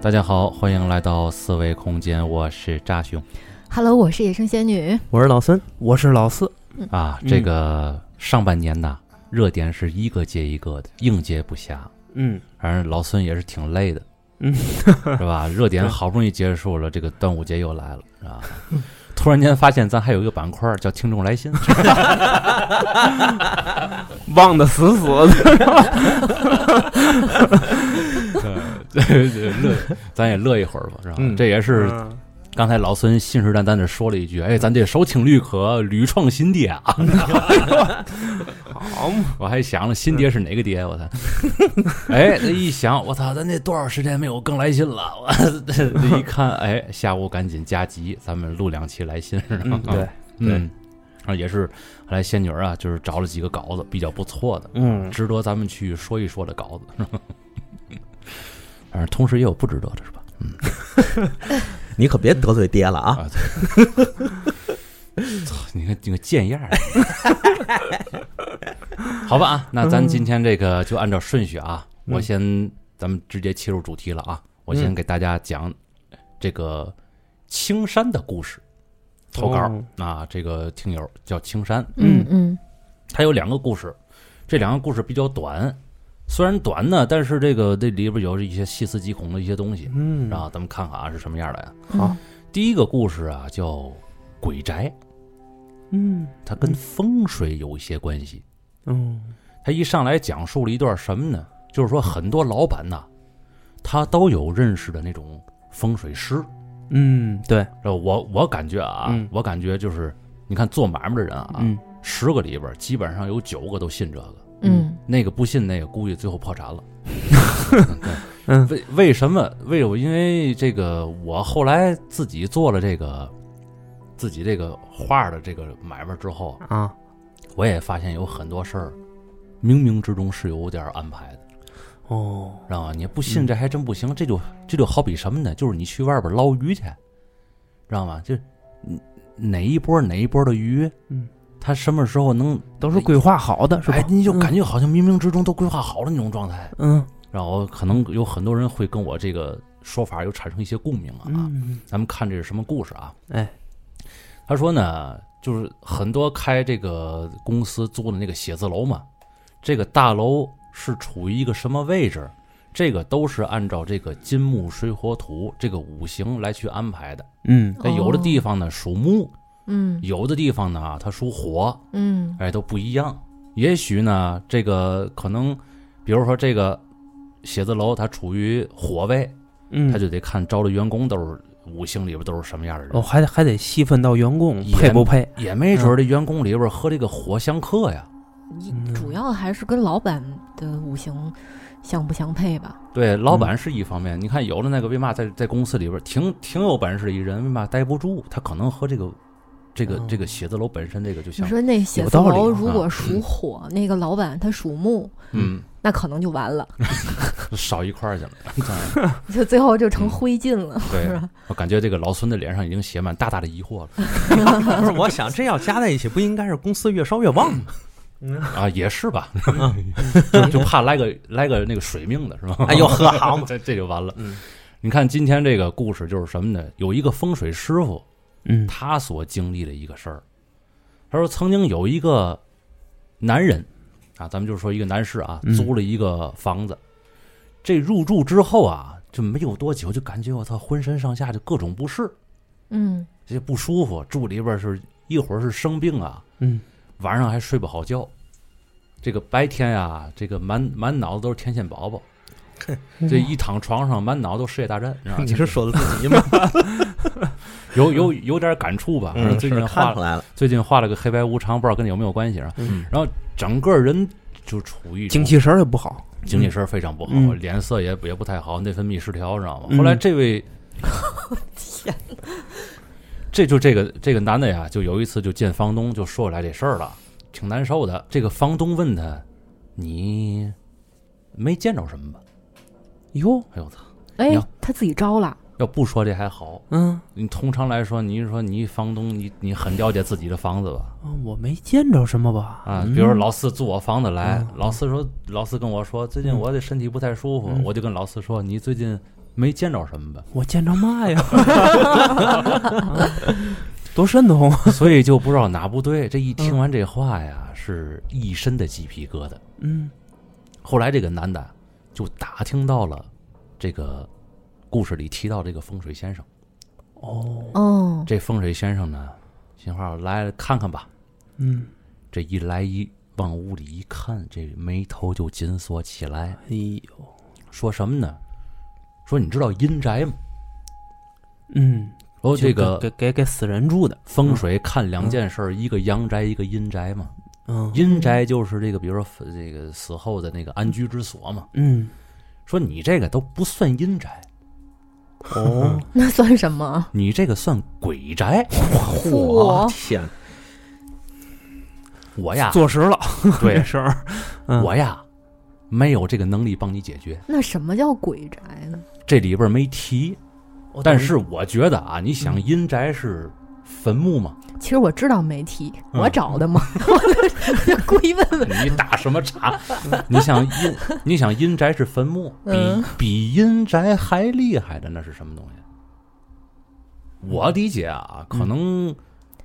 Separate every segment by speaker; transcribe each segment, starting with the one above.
Speaker 1: 大家好，欢迎来到四维空间，我是扎兄
Speaker 2: Hello，我是野生仙女。
Speaker 3: 我是老孙，
Speaker 4: 我是老四，
Speaker 1: 啊。
Speaker 3: 嗯
Speaker 1: 这个上半年呐，热点是一个接一个的，应接不暇。
Speaker 3: 嗯，
Speaker 1: 反正老孙也是挺累的，
Speaker 3: 嗯，
Speaker 1: 是 吧？热点好不容易结束了，这个端午节又来了，是吧？突然间发现咱还有一个板块儿叫听众来信，
Speaker 3: 忘得死死的。
Speaker 1: 对对对乐，咱也乐一会儿吧，是吧？
Speaker 3: 嗯
Speaker 1: 这也是
Speaker 3: 嗯
Speaker 1: 刚才老孙信誓旦旦的说了一句：“哎，咱这收听率可屡创新低啊！”
Speaker 3: 好嘛，
Speaker 1: 我还想了
Speaker 3: 嗯
Speaker 1: 新爹是哪个爹，我操！ 哎，这一想，我操，咱这多少时间没有更来信了？ 我这一看，哎，下午赶紧加急，咱们录两期来信，是吧？
Speaker 3: 嗯对，
Speaker 1: 嗯，啊，也是后来仙女儿啊，就是找了几个稿子比较不错的，
Speaker 3: 嗯，
Speaker 1: 值得咱们去说一说的稿子， 是吧？反正同时也有不值得的，是吧？
Speaker 4: 你可别得罪爹了啊！
Speaker 1: 啊，对。操你看这个贱样儿， 好吧啊，那咱今天这个就按照顺序啊，
Speaker 3: 嗯
Speaker 1: 我先咱们直接切入主题了啊，我先给大家讲这个青山的故事。投稿、
Speaker 3: 哦
Speaker 1: 啊，这个听友叫青山，
Speaker 3: 嗯
Speaker 2: 嗯
Speaker 1: 他有两个故事，这两个故事比较短，虽然短呢，但是这个这里边有一些细思极恐的一些东西，
Speaker 3: 嗯
Speaker 1: 然后咱们看看啊是什么样的呀？
Speaker 2: 嗯，
Speaker 3: 好
Speaker 1: 第一个故事啊叫《鬼宅》，
Speaker 3: 嗯
Speaker 1: 它跟风水有一些关系。
Speaker 3: 嗯
Speaker 1: 他一上来讲述了一段什么呢？就是说很多老板呐、他都有认识的那种风水师。
Speaker 3: 嗯，对，
Speaker 1: 然后我我感觉啊，
Speaker 3: 嗯
Speaker 1: 我感觉就是，你看做买卖的人啊，
Speaker 3: 嗯
Speaker 1: 十个里边儿基本上有九个都信这个，
Speaker 2: 嗯
Speaker 1: 那个不信那个估计最后破 产了。
Speaker 3: 嗯
Speaker 1: 为为什么？为什么？因为这个，我后来自己做了这个自己这个画的这个买卖之后，
Speaker 3: 啊，
Speaker 1: 我也发现有很多事儿，冥冥之中是有点儿安排的，
Speaker 3: 哦，
Speaker 1: 知道吗？你不信这还真不行，这就这就好比什么呢？就是你去外边捞鱼去，知道吗？就嗯哪一波哪一波的鱼，
Speaker 3: 嗯，
Speaker 1: 它什么时候能
Speaker 3: 都是规划好的，是吧
Speaker 1: 哎，？你就感觉好像冥冥之中都规划好了那种状态。
Speaker 3: 嗯
Speaker 1: 然后可能有很多人会跟我这个说法有产生一些共鸣啊。
Speaker 3: 嗯
Speaker 1: 咱们看这是什么故事啊？
Speaker 3: 哎，
Speaker 1: 他说呢，就是很多开这个公司租的那个写字楼嘛，这个大楼是处于一个什么位置，这个都是按照这个金木水火土这个五行来去安排的。
Speaker 3: 嗯
Speaker 1: 那有的地方呢属木，
Speaker 2: 嗯
Speaker 1: 有的地方呢啊它属火，
Speaker 2: 嗯
Speaker 1: 哎，都不一样。也许呢，这个可能，比如说这个写字楼它处于火位，
Speaker 3: 嗯，
Speaker 1: 他就得看招的员工都是五星里边都是什么样的人，
Speaker 3: 哦，还得还得细分到员工
Speaker 1: 也
Speaker 3: 配不 配？
Speaker 1: 也没准儿这员工里边和这个火相克呀。
Speaker 2: 嗯，主要还是跟老板的五行相不相配吧。
Speaker 1: 对，老板是一方面，你看有的那个为嘛在在公司里边挺挺有本事的一人，为嘛待不住？他可能和这个这个
Speaker 3: 哦
Speaker 1: 这个写字楼本身这个就
Speaker 2: 你
Speaker 1: 像，
Speaker 2: 说那写
Speaker 3: 有
Speaker 2: 字
Speaker 3: 道理
Speaker 2: 楼
Speaker 3: 啊
Speaker 2: 如果属火，那个老板他属木，
Speaker 1: 嗯，
Speaker 2: 那可能就完了，
Speaker 1: 少一块儿去了。
Speaker 2: 就最后就
Speaker 1: 嗯
Speaker 2: 成灰烬了。
Speaker 1: 对， 我感觉这个老孙的脸上已经写满大大的疑惑 了。
Speaker 4: 不是，我想这要加在一起，不应该是公司越烧越旺 吗？
Speaker 1: 啊，也是吧， 就就怕来个来个那个水命的是吧？
Speaker 4: 哎呦呵好嘛
Speaker 1: 这这就完了。
Speaker 4: 嗯
Speaker 1: 你看今天这个故事就是什么呢？有一个风水师傅，
Speaker 3: 嗯
Speaker 1: 他所经历的一个事儿。他说曾经有一个男人啊，咱们就说一个男士啊，
Speaker 3: 嗯
Speaker 1: 租了一个房子，这入住之后啊，就没有多久就感觉我操，浑身上下就各种不适，
Speaker 2: 嗯
Speaker 1: 这不舒服，住里边是一会儿是生病啊，
Speaker 3: 嗯
Speaker 1: 晚上还睡不好觉。这个白天呀、这个满满脑子都是天线宝宝，这
Speaker 2: 嗯
Speaker 1: 一躺床上满脑子都世界大战，
Speaker 3: 嗯
Speaker 1: 吧
Speaker 4: 嗯 你是说的自 己吗？
Speaker 1: 有有有点感触吧？
Speaker 3: 嗯
Speaker 4: 嗯
Speaker 1: 反正最近
Speaker 4: 是
Speaker 1: 画
Speaker 4: 看出
Speaker 1: 了
Speaker 4: 来了，
Speaker 1: 最近画了个黑白无常，不知道跟你有没有关系啊？
Speaker 3: 嗯，
Speaker 1: 然后整个人就处于一种
Speaker 3: 精气神儿也不好。
Speaker 1: 精气神非常不好，
Speaker 3: 嗯
Speaker 1: 脸色也也不太好，内分泌失调，知道吗？
Speaker 3: 嗯
Speaker 1: 后来这位
Speaker 2: 天，
Speaker 1: 这就这个这个男的呀，就有一次就见房东，就说来这事儿了，挺难受的。这个房东问他：“你没见着什么吧
Speaker 3: 哟，？”
Speaker 1: 哎呦我操！
Speaker 2: 哎
Speaker 1: 行，
Speaker 2: 他自己招了。
Speaker 1: 要不说这还好，
Speaker 3: 嗯，
Speaker 1: 你通常来说，你一说你房东，你你很了解自己的房子吧？
Speaker 3: 啊我没见着什么吧？
Speaker 1: 啊，
Speaker 3: 嗯
Speaker 1: 比如说老四租我房子来，老四说，老四跟我说，最近我这身体不太舒服，
Speaker 3: 嗯
Speaker 1: 我就跟老四说，你最近没见着什么吧，
Speaker 3: 我见着嘛呀？啊多瘆得慌！
Speaker 1: 所以就不知道哪不对。这一听完这话呀，是一身的鸡皮疙瘩。
Speaker 3: 嗯，
Speaker 1: 后来这个男的就打听到了这个故事里提到这个风水先生。
Speaker 3: 哦，
Speaker 2: 哦，
Speaker 1: 这风水先生呢，心话来看看吧。
Speaker 3: 嗯，
Speaker 1: 这一来一往屋里一看，这眉头就紧锁起来。
Speaker 3: 哎呦，
Speaker 1: 说什么呢？说你知道阴宅吗？
Speaker 3: 嗯，
Speaker 1: 说这
Speaker 3: 就嗯
Speaker 1: 个
Speaker 3: 给给给死人住的，
Speaker 1: 风水看两件事儿，一个阳宅，一个阴宅嘛。
Speaker 3: 嗯
Speaker 1: 阴宅就是这个，比如说这个死后的那个安居之所嘛。
Speaker 3: 嗯，
Speaker 1: 说你这个都不算阴宅，
Speaker 3: 哦，
Speaker 2: 那算什么？
Speaker 1: 你这个算鬼宅。
Speaker 2: 嚯
Speaker 4: 天，
Speaker 1: 我哎呀，
Speaker 3: 坐实了，这
Speaker 1: 对，
Speaker 3: 事儿，嗯
Speaker 1: 我呀，没有这个能力帮你解决，
Speaker 2: 那什么叫鬼宅呢？
Speaker 1: 这里边没提。
Speaker 3: 我
Speaker 1: 但
Speaker 3: 等于
Speaker 1: 是我觉得啊，你想
Speaker 3: 嗯
Speaker 1: 阴宅是坟墓嘛，
Speaker 2: 其实我知道没提，
Speaker 1: 嗯
Speaker 2: 我找的嘛，我就故 意问问。
Speaker 1: 你打什么岔？你想阴，你想阴宅是坟墓，比
Speaker 2: 嗯
Speaker 1: 比阴宅还厉害的那是什么东西？我理解啊，可能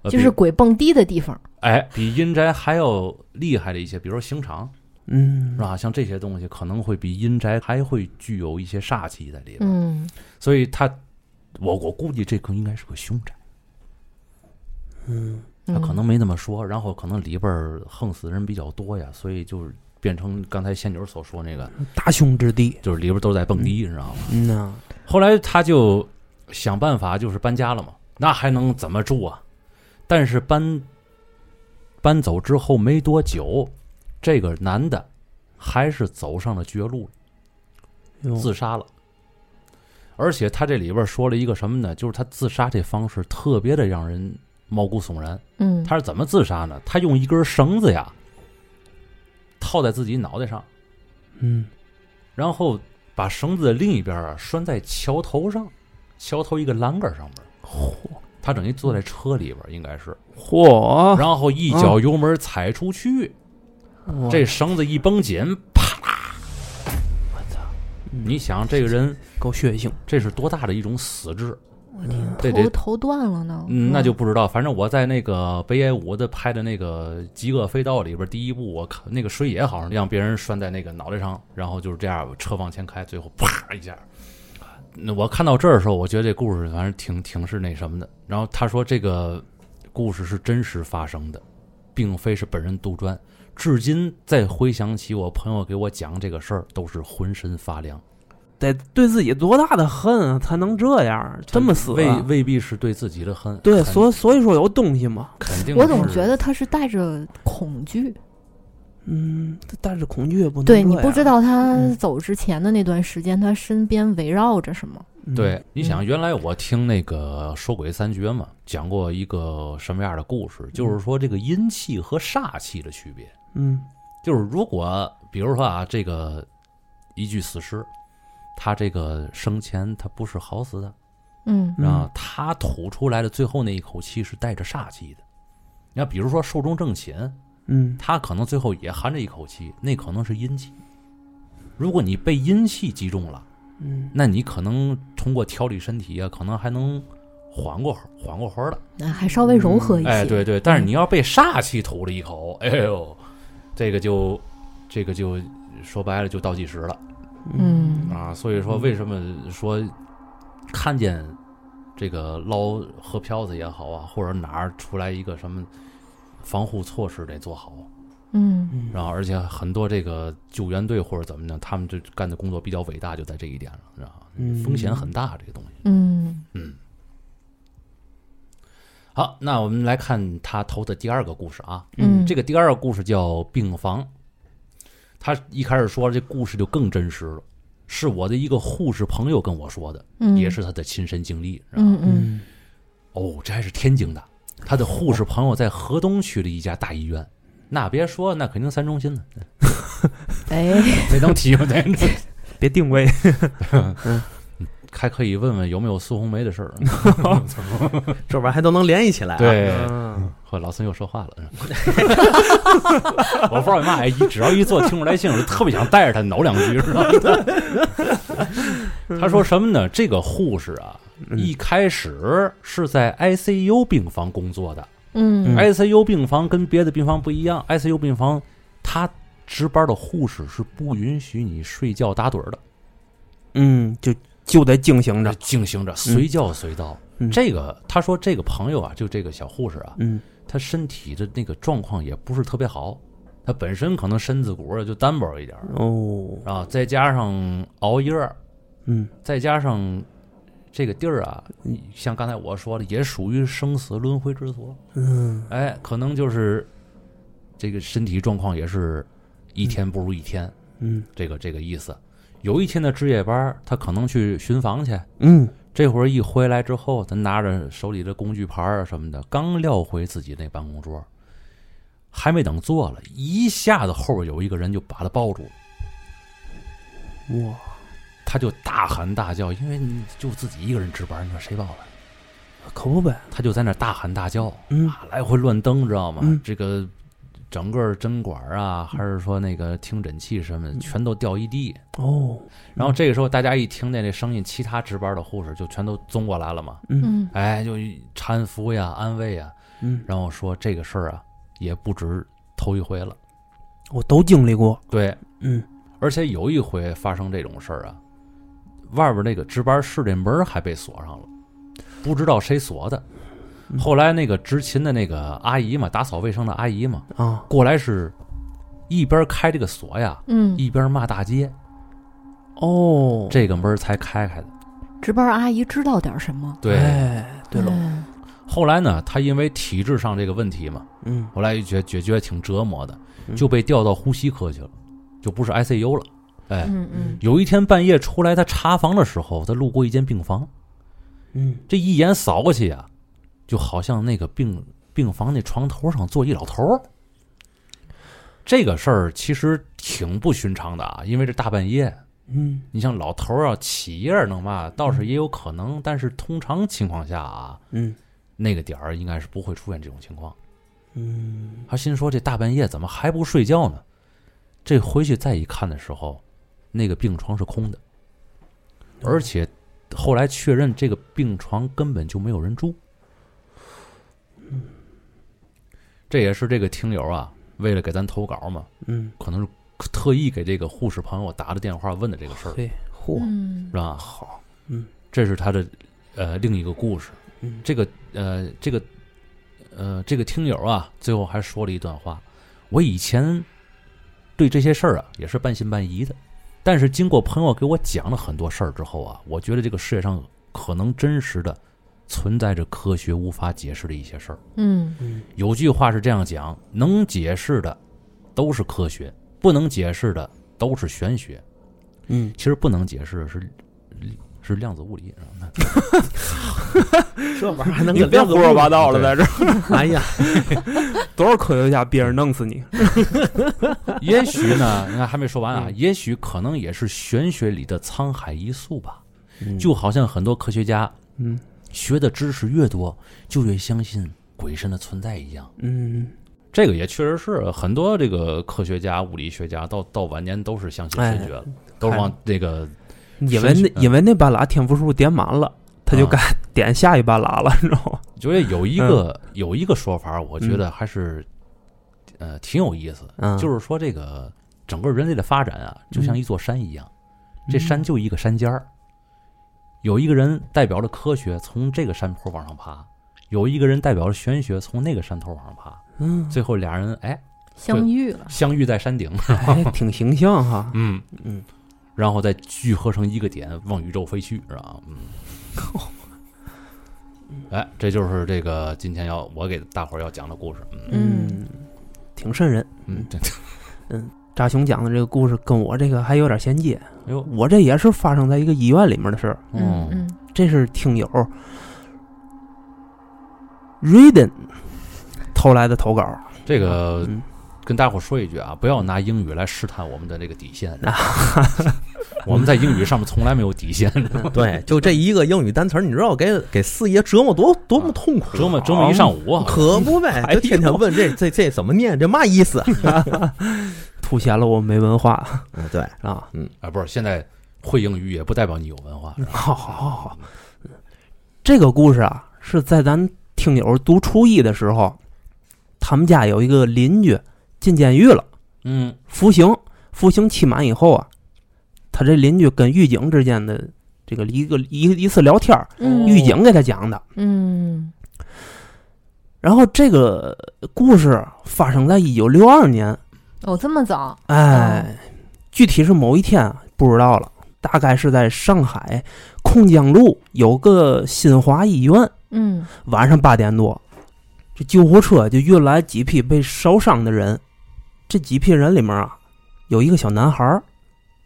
Speaker 1: 呃
Speaker 2: 嗯就是
Speaker 1: 比
Speaker 2: 鬼蹦迪的地方，
Speaker 1: 哎，比阴宅还要厉害的一些，比如说刑场
Speaker 3: 嗯
Speaker 1: 是，吧？像这些东西可能会比阴宅还会具有一些煞气在里边，
Speaker 2: 嗯，
Speaker 1: 所以他我我估计这个应该是个凶宅，
Speaker 3: 嗯，
Speaker 1: 他
Speaker 2: 嗯
Speaker 1: 可能没那么说，然后可能里边儿横死的人比较多呀，所以就是变成刚才仙女所说那个，
Speaker 3: 大凶之地，
Speaker 1: 就是里边都在蹦迪，你知道吗？
Speaker 3: 嗯呐，
Speaker 1: 后来他就想办法，就是搬家了嘛，那还能怎么住啊？但是搬搬走之后没多久，这个男的还是走上了绝路，
Speaker 3: 哟
Speaker 1: 自杀了。而且他这里边说了一个什么呢？就是他自杀这方式特别的让人毛骨悚然。
Speaker 2: 嗯，
Speaker 1: 他是怎么自杀呢？他用一根绳子呀套在自己脑袋上，
Speaker 3: 嗯，
Speaker 1: 然后把绳子的另一边啊拴在桥头上，桥头一个栏杆上面。
Speaker 3: 嚯
Speaker 1: 他等于坐在车里边儿，应该是，
Speaker 3: 嚯，
Speaker 1: 然后一脚油门踩出去，
Speaker 3: 哇
Speaker 1: 这绳子一绷紧，
Speaker 3: 嗯
Speaker 1: 你想这个人
Speaker 3: 够血腥，
Speaker 1: 这是多大的一种死志？
Speaker 2: 我天，
Speaker 1: 这
Speaker 2: 头
Speaker 1: 得
Speaker 2: 头断了呢，
Speaker 1: 嗯，那就不知道。反正我在那个北野武的拍的那个《极恶飞刀》里边儿，第一部我看那个水野好像让别人拴在那个脑袋上，然后就是这样车往前开，最后啪一下。那我看到这儿的时候，我觉得这故事反正挺挺是那什么的。然后他说这个故事是真实发生的，并非是本人杜撰。至今再回想起我朋友给我讲这个事儿，都是浑身发凉。
Speaker 3: 得对自己多大的恨啊，才能这样这么死啊？
Speaker 1: 未未必是对自己的恨，
Speaker 3: 对，
Speaker 1: 肯
Speaker 3: 所所以说有东西嘛，
Speaker 1: 肯定
Speaker 2: 我总
Speaker 1: 是
Speaker 2: 觉得他是带着恐惧，
Speaker 3: 嗯，但是恐惧也不能
Speaker 2: 对啊
Speaker 3: 这
Speaker 2: 你
Speaker 3: 样
Speaker 2: 不知，道他
Speaker 3: 嗯
Speaker 2: 走之前的那段时间，他身边围绕着什么。
Speaker 3: 嗯
Speaker 1: 对，你想，，原来我听那个《说鬼三绝》嘛，讲过一个什么样的故事，就是说这个阴气和煞气的区别。
Speaker 3: 嗯
Speaker 1: 就是如果比如说啊，这个一具死尸，他这个生前他不是好死的，
Speaker 2: 嗯
Speaker 3: 嗯
Speaker 1: 啊，他吐出来的最后那一口气是带着煞气的。你看，比如说寿终正寝，
Speaker 3: 嗯
Speaker 1: 他可能最后也含着一口气，那可能是阴气。如果你被阴气击中了，
Speaker 3: 嗯，
Speaker 1: 那你可能通过调理身体啊，可能还能缓过缓过魂儿来。
Speaker 2: 那还稍微柔和一些。
Speaker 1: 哎，对对，但是
Speaker 2: 嗯
Speaker 1: 你要被煞气吐了一口，哎呦，这个就这个就说白了就倒计时了
Speaker 2: 嗯
Speaker 1: 啊。所以说，为什么说看见这个捞河漂子也好啊，或者哪儿出来一个什么防护措施得做好，
Speaker 2: 嗯
Speaker 3: 嗯
Speaker 1: 然后而且很多这个救援队或者怎么样，他们这干的工作比较伟大，就在这一点上，你知道吗？
Speaker 3: 嗯
Speaker 1: 风险很大，这个东西。
Speaker 2: 嗯
Speaker 1: 嗯，好，那我们来看他投的第二个故事啊。
Speaker 2: 嗯，
Speaker 1: 这个第二个故事叫病房。他一开始说这故事就更真实了，是我的一个护士朋友跟我说的，
Speaker 2: 嗯
Speaker 1: 也是他的亲身经历。是吧
Speaker 2: 嗯嗯
Speaker 3: 嗯
Speaker 1: 哦，这还是天津的，他的护士朋友在河东区的一家大医院。
Speaker 2: 嗯
Speaker 1: 那别说，那肯定三中心呢，
Speaker 2: 哎
Speaker 1: 那能提吗？那
Speaker 3: 别定位，
Speaker 1: 还可以问问有没有苏红梅的事儿。
Speaker 4: 这玩意儿还都能联系起来、啊。
Speaker 1: 对
Speaker 4: 嗯
Speaker 1: 呵，老孙又说话了。嗯 我不知道为嘛，哎，只要一做听众来信，我就特别想带着他挠两句，知道吗？ 他说什么呢？这个护士啊，
Speaker 3: 嗯
Speaker 1: 一开始是在 ICU 病房工作的。
Speaker 2: 嗯
Speaker 1: ICU 病房跟别的病房不一样，ICU 病房他值班的护士是不允许你睡觉打盹儿的，
Speaker 3: 嗯，就就得进行着，
Speaker 1: 进行着随叫随到。
Speaker 3: 嗯
Speaker 1: 这个他说这个朋友啊，就这个小护士啊，
Speaker 3: 嗯
Speaker 1: 他身体的那个状况也不是特别好，他本身可能身子骨儿就单薄一点儿
Speaker 3: 哦，
Speaker 1: 啊，再加上熬夜儿，
Speaker 3: 嗯
Speaker 1: 再加上这个地儿啊，像刚才我说的，也属于生死轮回之所。
Speaker 3: 嗯
Speaker 1: 哎，可能就是这个身体状况也是一天不如一天，
Speaker 3: 嗯
Speaker 1: 这个这个意思。有一天的值夜班儿，他可能去巡房去，
Speaker 3: 嗯
Speaker 1: 这会儿一回来之后，咱拿着手里的工具牌儿啊什么的，刚撂回自己那办公桌，还没等坐了，一下子后边有一个人就把他抱住了，
Speaker 3: 哇，
Speaker 1: 他就大喊大叫，因为你就自己一个人值班，你说谁抱他？
Speaker 3: 可不呗，
Speaker 1: 他就在那儿大喊大叫，
Speaker 3: 嗯
Speaker 1: 啊，来回乱蹬，知道吗？
Speaker 3: 嗯
Speaker 1: 这个整个针管啊，还是说那个听诊器什
Speaker 3: 嗯
Speaker 1: 么的，全都掉一地。
Speaker 3: 哦，
Speaker 1: 然后这个时候，大家一听见这声音，其他值班的护士就全都综过来了嘛，
Speaker 3: 嗯
Speaker 2: 嗯
Speaker 1: 哎，就搀扶呀、安慰呀，
Speaker 3: 嗯，
Speaker 1: 然后说这个事儿啊，也不止头一回了。
Speaker 3: 我都经历过，
Speaker 1: 对，
Speaker 3: 嗯
Speaker 1: 而且有一回发生这种事儿啊，外边那个值班室这门儿还被锁上了，不知道谁锁的。
Speaker 3: 嗯
Speaker 1: 后来那个执勤的那个阿姨嘛，打扫卫生的阿姨嘛，
Speaker 3: 啊，
Speaker 1: 过来是一边开这个锁呀，
Speaker 2: 嗯，
Speaker 1: 一边骂大街，
Speaker 3: 哦，
Speaker 1: 这个门儿才开开的。
Speaker 2: 值班阿姨知道点什么？
Speaker 1: 对，
Speaker 3: 哎，对喽，
Speaker 2: 嗯
Speaker 1: 后来呢，她因为体制上这个问题嘛，
Speaker 3: 嗯
Speaker 1: 后来也觉觉觉得挺折磨的，
Speaker 3: 嗯
Speaker 1: 就被调到呼吸科去了，就不是 ICU 了。哎，
Speaker 2: 嗯嗯
Speaker 1: 有一天半夜出来，他查房的时候，他路过一间病房，
Speaker 3: 嗯，
Speaker 1: 这一眼扫过去啊，就好像那个病病房那床头上坐一老头儿。这个事儿其实挺不寻常的啊，因为这大半夜，
Speaker 3: 嗯
Speaker 1: 你像老头儿要啊起夜儿弄嘛，倒是也有可能，但是通常情况下啊，
Speaker 3: 嗯
Speaker 1: 那个点儿应该是不会出现这种情况。
Speaker 3: 嗯，
Speaker 1: 他心说这大半夜怎么还不睡觉呢？这回去再一看的时候，那个病床是空的，而且后来确认这个病床根本就没有人住。嗯这也是这个听友啊，为了给咱投稿嘛，
Speaker 3: 嗯，
Speaker 1: 可能是特意给这个护士朋友打的电话问的这个事儿，
Speaker 3: 对，嚯，
Speaker 2: 嗯
Speaker 1: 是吧？
Speaker 3: 好，嗯
Speaker 1: 这是他的呃另一个故事。
Speaker 3: 嗯，
Speaker 1: 这个呃，这个呃，这个听友啊，最后还说了一段话。我以前对这些事儿啊也是半信半疑的，但是经过朋友给我讲了很多事儿之后啊，我觉得这个世界上可能真实的存在着科学无法解释的一些事儿。
Speaker 2: 嗯
Speaker 3: 嗯
Speaker 1: 有句话是这样讲：能解释的都是科学，不能解释的都是玄学。
Speaker 3: 嗯，
Speaker 1: 其实不能解释的是是量子物理。
Speaker 4: 这玩意儿还能
Speaker 3: 你别胡说八道了，
Speaker 1: 对
Speaker 3: 在这儿
Speaker 4: 哎呀，
Speaker 3: 多少科学家憋着弄死你，
Speaker 1: 也许呢， 你看还没说完啊，
Speaker 3: 嗯
Speaker 1: 也许可能也是玄学里的沧海一粟吧。
Speaker 3: 嗯
Speaker 1: 就好像很多科学家
Speaker 3: 嗯
Speaker 1: 学的知识越多，就越相信鬼神的存在一样。
Speaker 3: 嗯，
Speaker 1: 这个也确实是很多这个科学家、物理学家到到晚年都是相信
Speaker 3: 哎
Speaker 1: 神学了，都是
Speaker 3: 看
Speaker 1: 往这个
Speaker 3: 因为那
Speaker 1: 嗯
Speaker 3: 因为那半拉天赋树点满了，他就
Speaker 1: 啊
Speaker 3: 该 点下一半拉了，你知道吗？
Speaker 1: 觉得有一个、有一个说法，我觉得还是、呃挺有意思的，
Speaker 3: 嗯，
Speaker 1: 就是说这个整个人类的发展啊，就像一座山一样。这
Speaker 3: 嗯
Speaker 1: 山就一个山尖儿，有一个人代表着科学从这个山坡往上爬，有一个人代表着玄学从那个山头往上爬，
Speaker 3: 嗯，
Speaker 1: 最后俩人哎
Speaker 2: 相遇了，
Speaker 1: 相遇在山顶，
Speaker 3: 哎，挺形象哈，
Speaker 1: 嗯
Speaker 3: 嗯，
Speaker 1: 然后再聚合成一个点往宇宙飞去，是吧？ 嗯，哎，这就是这个今天要我给大伙儿要讲的故事，嗯
Speaker 2: 嗯，
Speaker 3: 挺瘆人。
Speaker 1: 嗯， 这
Speaker 3: 扎熊讲的这个故事跟我这个还有点衔接，
Speaker 1: 哎呦，
Speaker 3: 我这也是发生在一个医院里面的事儿，
Speaker 2: 嗯
Speaker 1: 嗯
Speaker 2: 嗯
Speaker 3: 这是听友 Raiden 投来的投稿，
Speaker 1: 这个
Speaker 3: 嗯
Speaker 1: 跟大伙说一句啊，不要拿英语来试探我们的这个底线。 我们在英语上面从来没有底线，
Speaker 4: 对，就这一个英语单词儿，你知道我给给四爷折磨多多么痛苦，
Speaker 1: 啊折磨折磨一上午啊，
Speaker 4: 可不呗，
Speaker 3: 哎呦
Speaker 4: 就天天问这这这怎么念，这嘛意思？ 啊
Speaker 3: 凸显了我没文化
Speaker 4: 嗯对，
Speaker 3: 啊！
Speaker 1: 啊，不是，现在会英语也不代表你有文化。
Speaker 3: 好好好好，这个故事啊是在咱听友读初一的时候，他们家有一个邻居进监狱了，
Speaker 1: 嗯，
Speaker 3: 服刑，服刑期满以后啊，他这邻居跟狱警之间的这个一个一一次聊天儿，
Speaker 2: 嗯
Speaker 3: 狱警给他讲的。
Speaker 2: 嗯
Speaker 3: 然后这个故事发生在一九六二年，
Speaker 2: 哦，这么早，
Speaker 3: 哎，具体是某一天啊不知道了，大概是在上海控江路有个新华医院，
Speaker 2: 嗯
Speaker 3: 晚上八点多，这救护车就运来几批被烧伤的人，这几批人里面啊，有一个小男孩儿，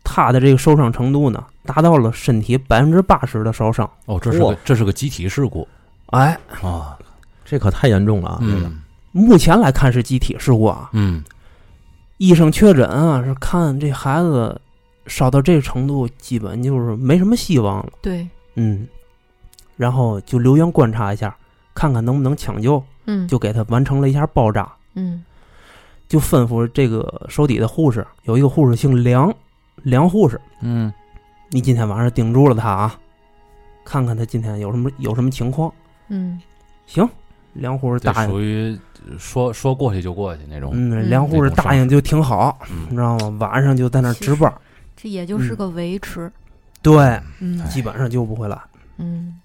Speaker 3: 他的这个受伤程度呢，达到了身体百分之八十的烧伤，
Speaker 1: 哦，这是个
Speaker 4: 哇
Speaker 1: 这是个集体事故
Speaker 3: 哎，
Speaker 1: 啊，
Speaker 4: 这可太严重了啊！这个
Speaker 1: 嗯
Speaker 3: 目前来看是集体事故啊，
Speaker 1: 嗯，
Speaker 3: 医生确诊啊，是看这孩子烧到这个程度，基本就是没什么希望了。
Speaker 2: 对，
Speaker 3: 嗯，然后就留院观察一下，看看能不能抢救，
Speaker 2: 嗯
Speaker 3: 就给他完成了一下包扎，
Speaker 2: 嗯
Speaker 3: 就吩咐这个手底的护士，有一个护士姓梁，梁护士，
Speaker 1: 嗯
Speaker 3: 你今天晚上盯住了他啊，看看他今天有什么有什么情况。
Speaker 2: 嗯
Speaker 3: 行，梁护士
Speaker 1: 这
Speaker 3: 答应，
Speaker 1: 属于说说过去就过去那种。
Speaker 3: 嗯，
Speaker 2: 嗯
Speaker 3: 梁护士
Speaker 1: 那种
Speaker 3: 答应就挺好，
Speaker 1: 嗯
Speaker 3: 你知道吗？晚上就在那儿值班，
Speaker 2: 这也就是
Speaker 3: 嗯
Speaker 2: 个维持，
Speaker 3: 对，
Speaker 2: 嗯
Speaker 1: 哎
Speaker 3: 基本上救不回来。
Speaker 2: 嗯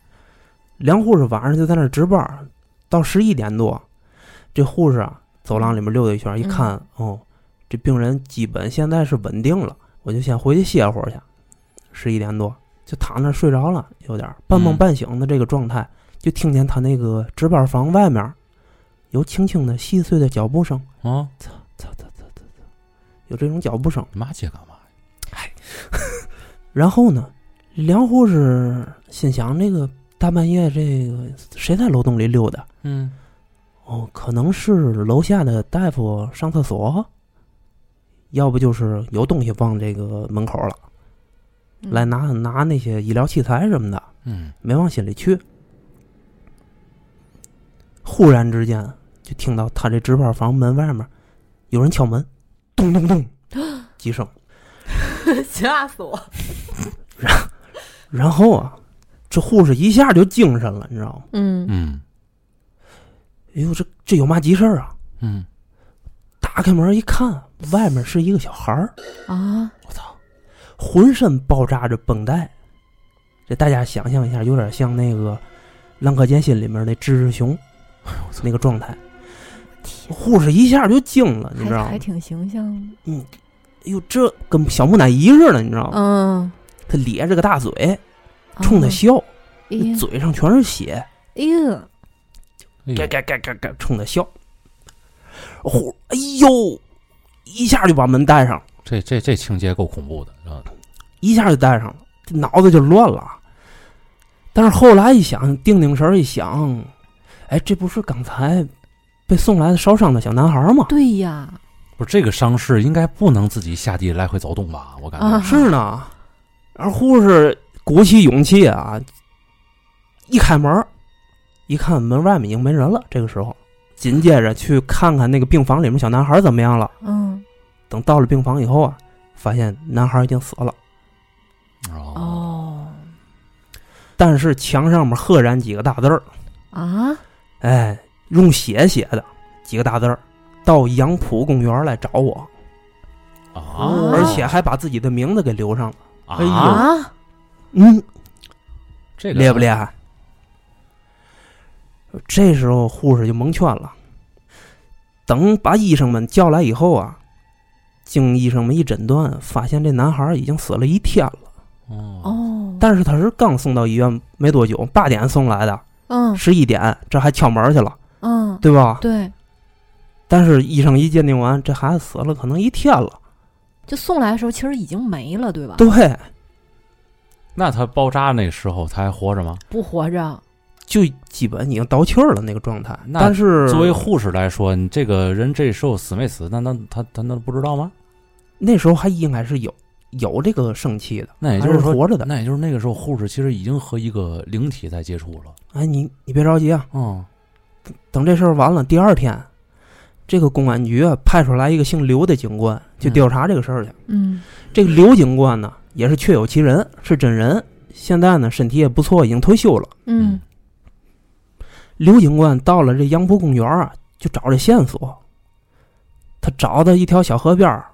Speaker 3: 梁护士晚上就在那儿值班儿，到十一点多，这护士啊走廊里面溜达一圈儿，一看、哦，这病人基本现在是稳定了，我就先回去歇会儿去。十一点多就躺那儿睡着了，有点儿半梦
Speaker 1: 嗯
Speaker 3: 半醒的这个状态，就听见他那个值班房外面儿有轻轻的细碎的脚步声，
Speaker 1: 啊，
Speaker 3: 有这种脚步声。
Speaker 1: 你妈去干嘛？
Speaker 3: 然后呢，梁护士心想，这个大半夜这个谁在楼洞里溜达？
Speaker 1: 嗯
Speaker 3: 哦，可能是楼下的大夫上厕所，要不就是有东西忘这个门口了，
Speaker 2: 嗯
Speaker 3: 来拿拿那些医疗器材什么的，
Speaker 1: 嗯
Speaker 3: 没往心里去。忽然之间，就听到他这值班房门外面有人敲门，咚咚咚几声，
Speaker 2: 吓死我，
Speaker 3: 然后啊，这护士一下就精神了，你知道吗？
Speaker 2: 嗯
Speaker 1: 嗯
Speaker 3: 哎呦，这这有嘛急事儿啊？
Speaker 1: 嗯，
Speaker 3: 打开门一看，外面是一个小孩儿。
Speaker 2: 啊，
Speaker 3: 浑身包扎着绷带。这大家想象一下，有点像那个《浪客剑心》里面那智志雄
Speaker 2: 哎
Speaker 3: 那个状态。护士一下就惊了，你知
Speaker 2: 还
Speaker 3: 道吗
Speaker 2: 还？挺形象的，
Speaker 3: 哎呦，这跟小木乃伊似的，你知道吗？
Speaker 2: 嗯，
Speaker 3: 他咧着个大嘴，哦冲他
Speaker 2: 啊，
Speaker 3: 笑，
Speaker 2: 哎呀
Speaker 3: 嘴上全是血，
Speaker 2: 哎呀，
Speaker 1: 哎
Speaker 2: 嗯
Speaker 3: 嘎
Speaker 1: 呦
Speaker 3: 嘎嘎嘎嘎，冲他笑。呼，哎呦，一下就把门带上了，
Speaker 1: 这这这情节够恐怖的啊！
Speaker 3: 一下就带上了，这脑子就乱了啊。但是后来一想，定定神儿一想，哎，这不是刚才被送来的烧伤的小男孩儿吗？
Speaker 2: 对呀，
Speaker 1: 不是这个伤势应该不能自己下地来回走动吧？我感觉
Speaker 2: 啊
Speaker 3: 是呢。而护士鼓起勇气啊，一开门儿，一看门外面已经没人了。这个时候，紧接着去看看那个病房里面小男孩儿怎么样了。
Speaker 2: 嗯
Speaker 3: 等到了病房以后啊，发现男孩儿已经死了，
Speaker 1: 哦，
Speaker 2: 哦
Speaker 3: 但是墙上面赫然几个大字儿。
Speaker 2: 啊，
Speaker 3: 哎，用血写的几个大字儿，到杨浦公园来找我，
Speaker 1: 啊
Speaker 3: 而且还把自己的名字给留上了。
Speaker 1: 啊，
Speaker 4: 哎呦
Speaker 2: 啊，
Speaker 3: 嗯，
Speaker 1: 这个
Speaker 3: 厉不厉害？这时候护士就蒙圈了。等把医生们叫来以后啊，经医生们一诊断，发现这男孩已经死了一天了。
Speaker 1: 哦，
Speaker 2: 哦，
Speaker 3: 但是他是刚送到医院没多久，八点送来的，
Speaker 2: 嗯
Speaker 3: 十一点这还敲门去了，
Speaker 2: 嗯，
Speaker 3: 对吧？
Speaker 2: 对，
Speaker 3: 但是医生一鉴定完，这孩子死了可能一天了。
Speaker 2: 就送来的时候其实已经没了，对吧？
Speaker 3: 对，
Speaker 1: 那他包扎那时候他还活着吗？
Speaker 2: 不活着，
Speaker 3: 就基本已经倒气儿了那个状态。
Speaker 1: 那
Speaker 3: 但是
Speaker 1: 作为护士来说，你这个人这时候死没死，那那他他那不知道吗？
Speaker 3: 那时候还应该是有有这个生气的，
Speaker 1: 那也就
Speaker 3: 还是
Speaker 1: 说，
Speaker 3: 活着的。
Speaker 1: 那也就是那个时候护士其实已经和一个灵体在接触了。
Speaker 3: 哎，你你别着急啊，
Speaker 1: 嗯，
Speaker 3: 等这事儿完了，第二天，这个公安局啊派出来一个姓刘的警官去
Speaker 1: 嗯
Speaker 3: 调查这个事儿去。
Speaker 2: 嗯
Speaker 3: 这个刘警官呢，也是确有其人，是真人。现在呢，身体也不错，已经退休了。
Speaker 2: 嗯
Speaker 3: 刘警官到了这杨浦公园啊，就找这线索。他找到一条小河边儿，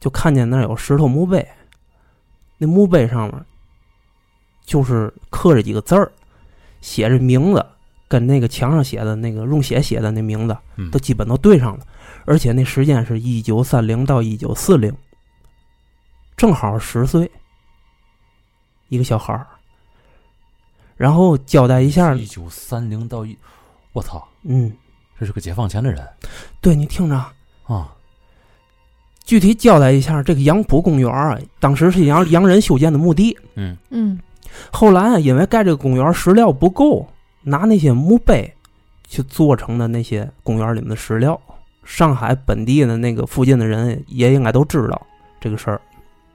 Speaker 3: 就看见那儿有石头墓碑，那墓碑上面就是刻着几个字儿，写着名字，跟那个墙上写的那个用血写的那名字
Speaker 1: 嗯
Speaker 3: 都基本都对上了，而且那时间是一九三零到一九四零，正好十岁，一个小孩儿。然后交代一下，
Speaker 1: 一九三零到一，我操，
Speaker 3: 嗯，
Speaker 1: 这是个解放前的人
Speaker 3: 对你听着啊，
Speaker 1: 啊！
Speaker 3: 具体交代一下，这个杨浦公园啊，当时是洋洋人修建的墓地，
Speaker 1: 嗯
Speaker 2: 嗯
Speaker 3: 后来啊，因为盖这个公园石料不够，拿那些墓碑去做成的那些公园里面的石料，上海本地的那个附近的人也应该都知道这个事儿。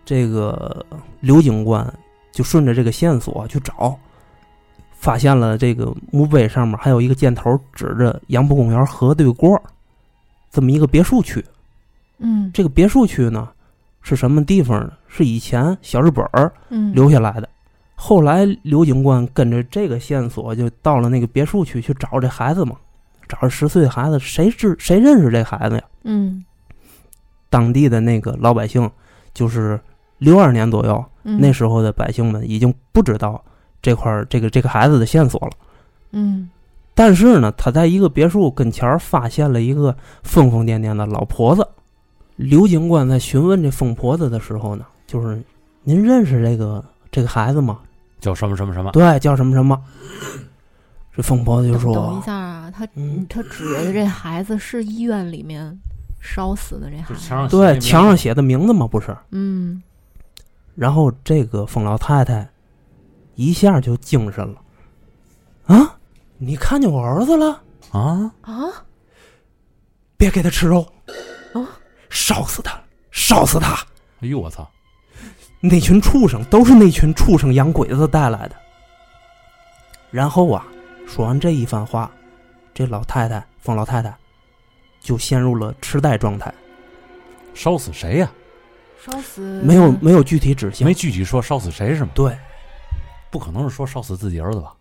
Speaker 3: 这个刘警官就顺着这个线索去找，发现了这个墓碑上面还有一个箭头指着杨浦公园河对过儿这么一个别墅区。
Speaker 2: 嗯
Speaker 3: 这个别墅区呢，是什么地方呢？是以前小日本儿
Speaker 2: 嗯
Speaker 3: 留下来的。后来刘警官跟着这个线索，就到了那个别墅区去找这孩子嘛，找这十岁的孩子，谁知谁认识这孩子呀？
Speaker 2: 嗯
Speaker 3: 当地的那个老百姓，就是六二年左右
Speaker 2: 嗯
Speaker 3: 那时候的百姓们已经不知道这块儿这个这个孩子的线索了。
Speaker 2: 嗯
Speaker 3: 但是呢，他在一个别墅跟前儿发现了一个疯疯癫癫的老婆子。刘警官在询问这疯婆子的时候呢，就是您认识这个这个孩子吗？
Speaker 1: 叫什么什么什么？
Speaker 3: 对，叫什么什么。这疯婆子就
Speaker 2: 等等
Speaker 3: 说
Speaker 2: 一下啊，他
Speaker 3: 嗯
Speaker 2: 他指的这孩子是医院里面烧死的这孩
Speaker 1: 就
Speaker 2: 子，
Speaker 1: 墙上：“
Speaker 3: 对，墙上写的名字吗？不是。
Speaker 2: 嗯”
Speaker 3: 然后这个疯老太太一下就精神了，啊，你看见我儿子了？
Speaker 1: 啊，
Speaker 2: 啊
Speaker 3: 别给他吃肉，
Speaker 2: 哦
Speaker 3: 烧死他，烧死他！
Speaker 1: 哎呦我操！
Speaker 3: 那群畜生都是那群畜生洋鬼子带来的。然后啊，说完这一番话，这老太太冯老太太就陷入了痴呆状态，
Speaker 1: 烧死谁呀、
Speaker 2: 烧死
Speaker 3: 没有没有具体指向
Speaker 1: 没。具体说烧死谁是吗？
Speaker 3: 对，
Speaker 1: 不可能是说烧死自己儿子吧？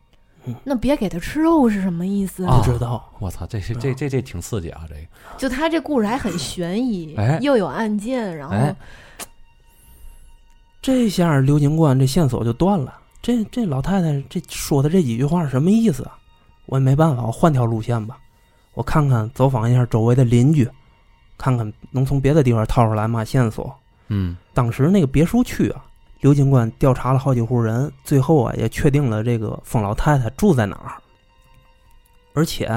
Speaker 2: 那别给他吃肉是什么意思？
Speaker 1: 啊
Speaker 3: 不知道。
Speaker 1: 我操，这是这这这挺刺激啊！这个
Speaker 2: 就他这故事还很悬疑，
Speaker 1: 哎
Speaker 2: 又有案件，然后、
Speaker 1: 哎
Speaker 3: 这下刘警官这线索就断了。这这老太太这说的这几句话是什么意思啊？我也没办法，我换条路线吧。我看看走访一下周围的邻居，看看能从别的地方套出来嘛线索。
Speaker 1: 嗯
Speaker 3: 当时那个别墅区啊，刘警官调查了好几户人，最后啊也确定了这个疯老太太住在哪儿，而且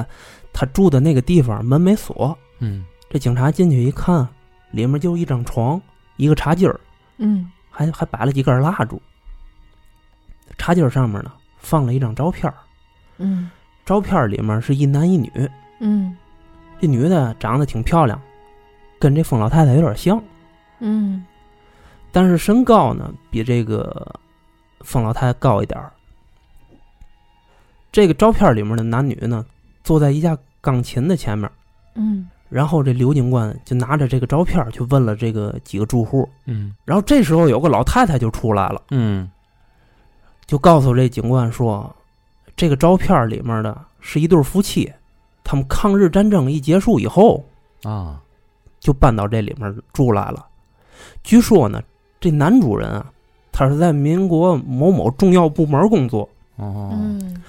Speaker 3: 她住的那个地方门没锁。
Speaker 1: 嗯，
Speaker 3: 这警察进去一看，里面就一张床、一个茶几儿，
Speaker 2: 嗯
Speaker 3: 还还摆了几根蜡烛。茶几儿上面呢放了一张照片儿，
Speaker 2: 嗯
Speaker 3: 照片儿里面是一男一女，
Speaker 2: 嗯
Speaker 3: 这女的长得挺漂亮，跟这疯老太太有点像。
Speaker 2: 嗯
Speaker 3: 但是身高呢比这个方老太太高一点儿。这个照片里面的男女呢，坐在一架钢琴的前面，
Speaker 2: 嗯
Speaker 3: 然后这刘警官就拿着这个照片去问了这个几个住户，
Speaker 1: 嗯
Speaker 3: 然后这时候有个老太太就出来了，
Speaker 1: 嗯，
Speaker 3: 就告诉这警官说，这个照片里面的是一对夫妻，他们抗日战争一结束以后
Speaker 1: 啊，
Speaker 3: 就搬到这里面住来了。据说呢，这男主人啊，他是在民国某某重要部门工作，
Speaker 1: 哦，
Speaker 2: 嗯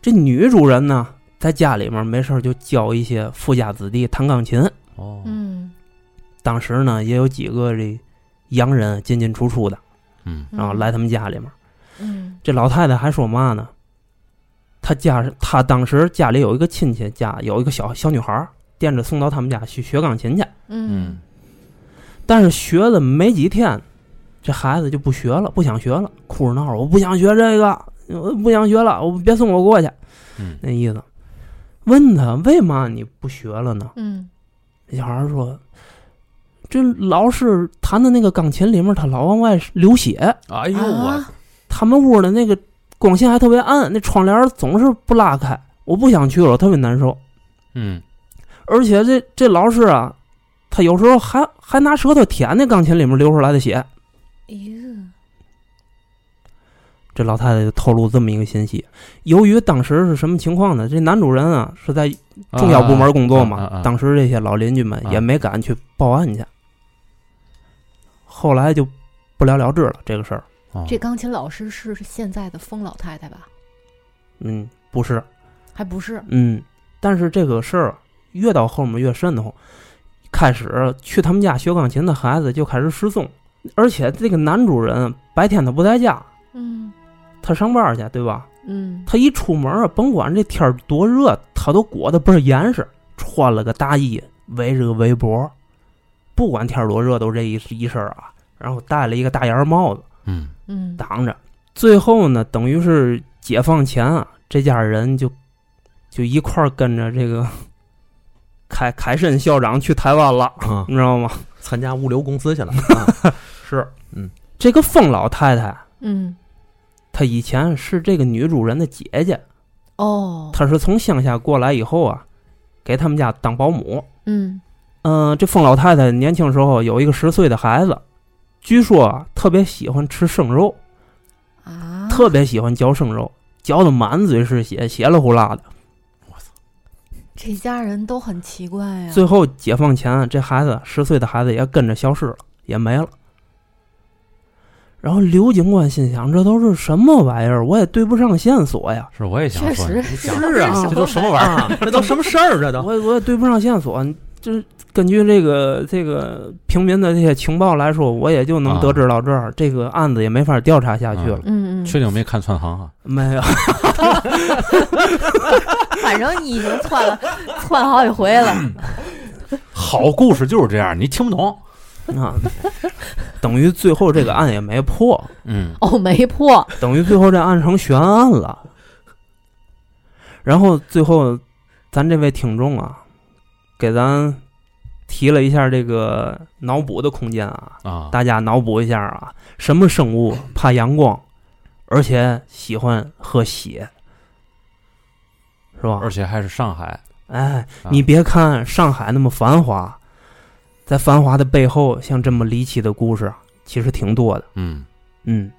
Speaker 3: 这女主人呢，在家里面没事儿就教一些富家子弟弹钢琴。
Speaker 1: 哦，
Speaker 2: 嗯，
Speaker 3: 当时呢，也有几个这洋人进进出出的，
Speaker 1: 嗯
Speaker 3: 然后来他们家里面。
Speaker 2: 嗯
Speaker 3: 这老太太还说嘛呢？她家是她当时家里有一个亲戚家有一个小小女孩儿，惦着送到他们家去学钢琴去。
Speaker 2: 嗯
Speaker 3: 但是学了没几天，这孩子就不学了，不想学了，哭着闹着我不想学这个，我不想学了，我别送我过去，
Speaker 1: 嗯
Speaker 3: 那意思。问他为嘛你不学了呢？
Speaker 2: 嗯
Speaker 3: 那小孩儿说：“这老师弹的那个钢琴里面，他老往外流血。
Speaker 1: 哎呦我
Speaker 2: 啊
Speaker 3: 他们屋的那个光线还特别暗，那窗帘儿总是不拉开。我不想去了，我特别难受。
Speaker 1: 嗯
Speaker 3: 而且这这老师啊，他有时候还还拿舌头舔那钢琴里面流出来的血。
Speaker 2: 哎呀，
Speaker 3: 这老太太就透露这么一个信息。由于当时是什么情况呢？这男主人啊是在重要部门工作嘛，
Speaker 1: 啊啊啊
Speaker 3: 当时这些老邻居们也没敢去报案去，后来就不了了之了这个事儿。
Speaker 1: 哦
Speaker 2: 这钢琴老师是现在的疯老太太吧？
Speaker 3: 嗯，不是，
Speaker 2: 还不是？
Speaker 3: 嗯，但是这个事儿越到后面越瘆得慌。开始去他们家学钢琴的孩子就开始失踪，而且这个男主人白天他不在家，
Speaker 2: 嗯
Speaker 3: 他上班去，对吧？
Speaker 2: 嗯，
Speaker 3: 他一出门啊，甭管这天儿多热，他都裹得倍儿严实，穿了个大衣，围着个围脖，不管天儿多热都这一一身儿啊。然后戴了一个大檐帽子
Speaker 1: 嗯
Speaker 2: 嗯
Speaker 3: 挡着。最后呢，等于是解放前啊，这家人就就一块儿跟着这个 凯凯申校长去台湾了，
Speaker 4: 啊，
Speaker 3: 你知道吗？
Speaker 4: 参加物流公司去了。啊
Speaker 3: 是，
Speaker 4: 嗯，
Speaker 3: 这个疯老太太
Speaker 2: 嗯
Speaker 3: 她以前是这个女主人的姐姐，
Speaker 2: 哦，
Speaker 3: 她是从乡下过来以后啊，给他们家当保姆。
Speaker 2: 嗯
Speaker 3: 嗯、这疯老太太年轻时候有一个十岁的孩子，据说啊特别喜欢吃生肉，
Speaker 2: 啊，
Speaker 3: 特别喜欢嚼生肉，嚼的满嘴是血，血了呼啦的。
Speaker 2: 这家人都很奇怪啊呀、
Speaker 3: 最后解放前啊，这孩子十岁的孩子也跟着消失了，也没了。然后刘警官心想：这都是什么玩意儿？我也对不上线索呀，
Speaker 1: 是我也想
Speaker 2: 确
Speaker 1: 说，
Speaker 2: 实
Speaker 1: 你 讲
Speaker 3: 是啊
Speaker 1: 这都什么玩意儿？
Speaker 4: 啊，这都什么事儿？这都
Speaker 3: 我也我也对不上线索。就是根据这个这个平民的这些情报来说，我也就能得知到这儿，这个案子也没法调查下去了。
Speaker 2: 嗯嗯，
Speaker 1: 确定没看串行啊？
Speaker 3: 没有，
Speaker 2: 反正你已经窜了，窜好几回了。
Speaker 1: 好故事就是这样，你听不懂。
Speaker 3: 啊，等于最后这个案也没破，
Speaker 1: 嗯
Speaker 2: 哦，没破。
Speaker 3: 等于最后这案成悬案了。然后最后，咱这位听众啊，给咱提了一下这个脑补的空间啊，
Speaker 1: 啊，
Speaker 3: 大家脑补一下啊，什么生物怕阳光，而且喜欢喝血，是吧
Speaker 1: 而？且还是上海。
Speaker 3: 哎
Speaker 1: 啊，
Speaker 3: 你别看上海那么繁华，在繁华的背后，像这么离奇的故事其实挺多的。
Speaker 1: 嗯，
Speaker 3: 嗯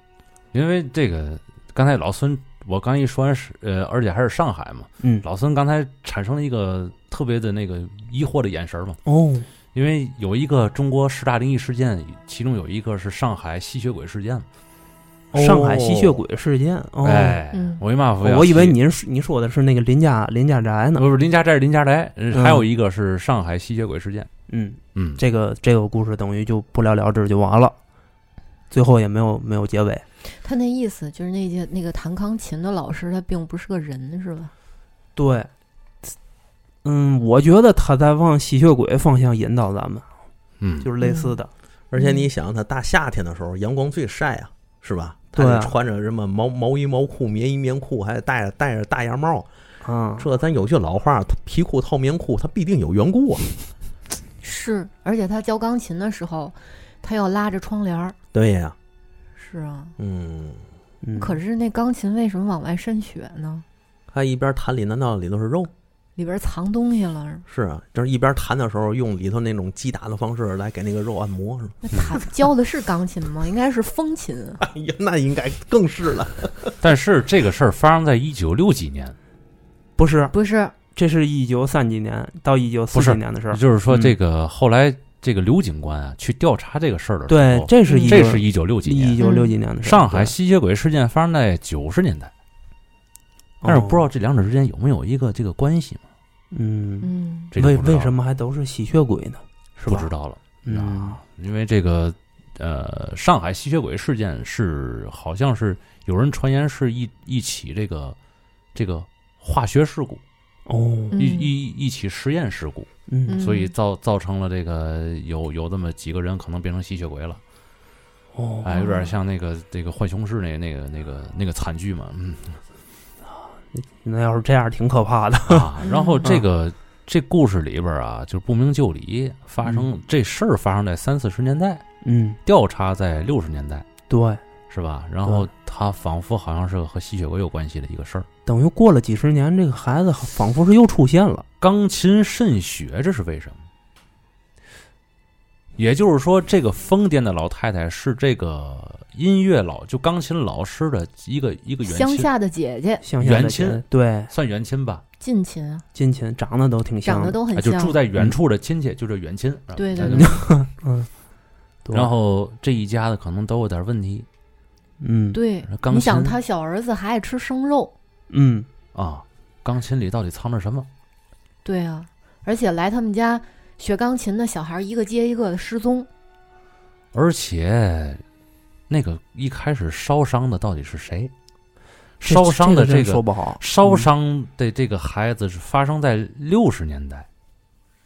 Speaker 1: 因为这个刚才老孙，我刚一说完是呃，而且还是上海嘛，
Speaker 3: 嗯，
Speaker 1: 老孙刚才产生了一个特别的那个疑惑的眼神嘛，
Speaker 3: 哦，
Speaker 1: 因为有一个中国十大灵异事件，其中有一个是上海吸血鬼事件嘛。
Speaker 3: 上海吸血鬼事件。哦，
Speaker 1: 哦哎
Speaker 2: 嗯，
Speaker 1: 我一妈夫要
Speaker 3: 我以为
Speaker 1: 吸
Speaker 3: 您是你说的是那个林家林家宅呢。
Speaker 1: 不是林家寨是林家宅，呃
Speaker 3: 嗯
Speaker 1: 还有一个是上海吸血鬼事件。
Speaker 3: 嗯，
Speaker 1: 嗯，
Speaker 3: 这个这个故事等于就不了了之就完了，最后也没有没有结尾。
Speaker 2: 他那意思就是那些那个弹钢琴的老师，他并不是个人，是吧？
Speaker 3: 对，嗯，我觉得他在往吸血鬼方向引导咱们，
Speaker 1: 嗯，
Speaker 3: 就是类似的。
Speaker 4: 而且你想，他大夏天的时候阳光最晒啊，是吧？他
Speaker 3: 对啊
Speaker 4: 得穿着什么毛毛衣、毛裤、棉衣、棉裤，还得戴着戴着大檐帽。
Speaker 3: 啊，
Speaker 4: 这咱有句老话，皮裤套棉裤，它必定有缘故啊。
Speaker 2: 是，而且他教钢琴的时候，他要拉着窗帘儿。
Speaker 4: 对呀、
Speaker 2: 是啊，
Speaker 4: 嗯，
Speaker 3: 嗯
Speaker 2: 可是那钢琴为什么往外渗血呢？
Speaker 4: 他一边弹里，难道里头是肉？
Speaker 2: 里边藏东西
Speaker 1: 嗯
Speaker 2: 了。
Speaker 4: 是啊，就是一边弹的时候用里头那种击打的方式来给那个肉按摩，是吧？
Speaker 2: 那他教的是钢琴吗？应该是风琴。 啊
Speaker 4: 哎呀，那应该更是了。
Speaker 1: 但是这个事儿发生在一九六几年，
Speaker 3: 不是，
Speaker 2: 不是，
Speaker 3: 这是一九三几年到一九四
Speaker 1: 不
Speaker 3: 几
Speaker 1: 是
Speaker 3: 年的事
Speaker 1: 也
Speaker 3: 儿。
Speaker 1: 就是说，
Speaker 3: 嗯
Speaker 1: 这个后来这个刘警官啊去调查这个事儿的时
Speaker 3: 对
Speaker 1: 候，，
Speaker 3: 这是
Speaker 2: 嗯
Speaker 3: 一
Speaker 1: 哦这
Speaker 3: 九
Speaker 1: 是一九六几
Speaker 3: 一
Speaker 1: 年，嗯
Speaker 3: 九六几年的事儿。
Speaker 1: 上海
Speaker 3: 对，
Speaker 1: 吸血鬼事件发生在九十年代，但是不知道
Speaker 3: 哦，
Speaker 1: 这两者之间有没有一个这个关系嘛？
Speaker 3: 嗯，
Speaker 2: 嗯，
Speaker 1: 这就
Speaker 3: 为
Speaker 1: 不知道
Speaker 3: 为什
Speaker 1: 了
Speaker 3: 么还都是吸血鬼呢？是
Speaker 1: 不
Speaker 3: 吧？
Speaker 1: 知。道了？
Speaker 3: 嗯
Speaker 1: 啊，因为这个呃，上海吸血鬼事件是好像是有人传言是一一起这个这个化学事故，
Speaker 3: 哦，
Speaker 1: 一
Speaker 2: 嗯
Speaker 1: 一一起实验事故，
Speaker 3: 嗯
Speaker 2: 嗯
Speaker 1: 所以造造成了这个有有这么几个人可能变成吸血鬼了。
Speaker 3: 哦，
Speaker 1: 哎，有点像那个这个浣熊市那那个那个那个惨剧嘛，嗯
Speaker 3: 那要是这样，挺可怕的。
Speaker 1: 啊。然后这个这故事里边啊，就是不明就里发生
Speaker 3: 嗯
Speaker 1: 这事儿发生在三四十年代，
Speaker 3: 嗯，
Speaker 1: 调查在六十年代，
Speaker 3: 对，
Speaker 1: 是吧？然后他仿佛好像是和吸血鬼有关系的一个事儿。
Speaker 3: 等于过了几十年，这个孩子仿佛是又出现了。
Speaker 1: 钢琴渗血，这是为什么？也就是说，这个疯癫的老太太是这个音乐老就钢琴老师的一个一个远
Speaker 2: 乡
Speaker 1: 亲，
Speaker 2: 下的姐姐
Speaker 3: 像现在
Speaker 1: 远亲
Speaker 3: 的对
Speaker 1: 算远亲吧，
Speaker 2: 近亲，啊
Speaker 3: 近亲长得都挺像
Speaker 2: 长
Speaker 3: 的，
Speaker 2: 得都很
Speaker 1: 啊就
Speaker 2: 像，
Speaker 1: 住在远处的亲戚，就这远亲。
Speaker 2: 对
Speaker 1: 然
Speaker 2: 对
Speaker 1: 后
Speaker 2: 对，
Speaker 3: 嗯，对
Speaker 1: 然后这一家子可能都有点问题。
Speaker 3: 嗯
Speaker 2: 对
Speaker 1: 钢琴，
Speaker 2: 你想他小儿子还爱吃生肉，
Speaker 3: 嗯
Speaker 1: 啊，钢琴里到底藏着什么？
Speaker 2: 对啊，而且来他们家学钢琴的小孩一个接一个的失踪，
Speaker 1: 而且，那个一开始烧伤的到底是谁？
Speaker 3: 这
Speaker 1: 烧伤的
Speaker 3: 这真
Speaker 1: 个
Speaker 3: 说不好，
Speaker 1: 烧伤的这个孩子是发生在六十年代，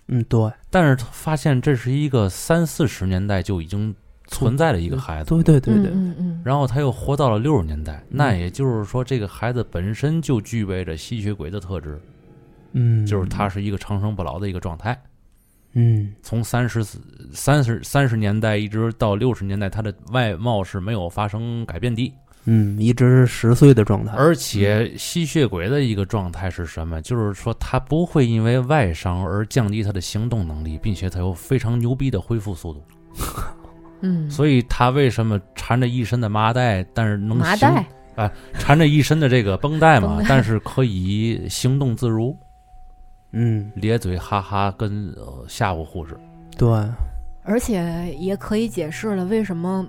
Speaker 3: 嗯对
Speaker 1: 但是他发现这是一个三四十年代就已经存在的一个孩子，
Speaker 3: 嗯对对对对，
Speaker 2: 嗯嗯嗯，
Speaker 1: 然后他又活到了六十年代，那
Speaker 3: 嗯
Speaker 1: 也就是说，这个孩子本身就具备着吸血鬼的特质，
Speaker 3: 嗯
Speaker 1: 就是他是一个长生不老的一个状态。
Speaker 3: 嗯
Speaker 1: 从三十三十三十年代一直到六十年代，他的外貌是没有发生改变的。
Speaker 3: 嗯一直是十岁的
Speaker 2: 啊
Speaker 3: 状态，
Speaker 1: 而且吸血鬼的一个状态是什
Speaker 2: 嗯
Speaker 1: 么？就是说他不会因为外伤而降低他的行动能力，并且他有非常牛逼的恢复速度。
Speaker 2: 嗯，
Speaker 1: 所以他为什么缠着一身的麻袋，但是能
Speaker 2: 麻
Speaker 1: 行
Speaker 2: 袋，
Speaker 1: 缠着一身的这个绷带嘛
Speaker 2: 绷带，
Speaker 1: 但是可以行动自如，
Speaker 3: 嗯
Speaker 1: 咧嘴哈哈跟呃吓唬护士。
Speaker 3: 对
Speaker 2: 而且也可以解释了为什么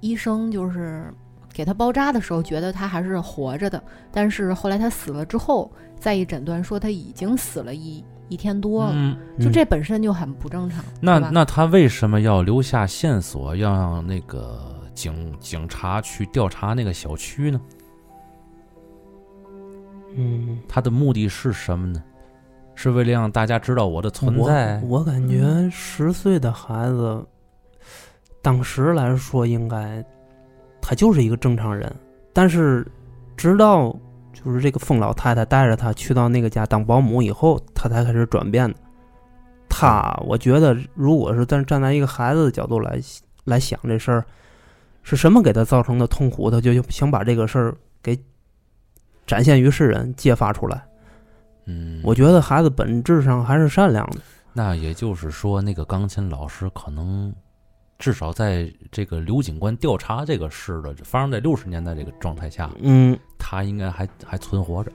Speaker 2: 医生就是给他包扎的时候觉得他还是活着的，但是后来他死了之后，再一诊断说他已经死了一一天多了，
Speaker 1: 嗯，
Speaker 2: 就
Speaker 3: 嗯
Speaker 2: 这本身就很不正常。
Speaker 1: 那
Speaker 2: 对吧
Speaker 1: 那他为什么要留下线索，要让那个警警察去调查那个小区呢？
Speaker 3: 嗯
Speaker 1: 他的目的是什么呢？是为了让大家知道我的存在嗯
Speaker 3: 我我感觉十岁的孩子，当时来说应该他就是一个正常人，但是直到就是这个疯老太太带着他去到那个家当保姆以后，他才开始转变的。他，
Speaker 1: 嗯
Speaker 3: 我觉得如果是站站在一个孩子的角度来来想这事儿，是什么给他造成的痛苦，他就想把这个事儿给展现于世人，揭发出来。
Speaker 1: 嗯，
Speaker 3: 我觉得孩子本质上还是善良的。
Speaker 1: 那也就是说，那个钢琴老师可能至少在这个刘警官调查这个事的发生在六十年代这个状态下，
Speaker 3: 嗯，
Speaker 1: 他应该还还存活着。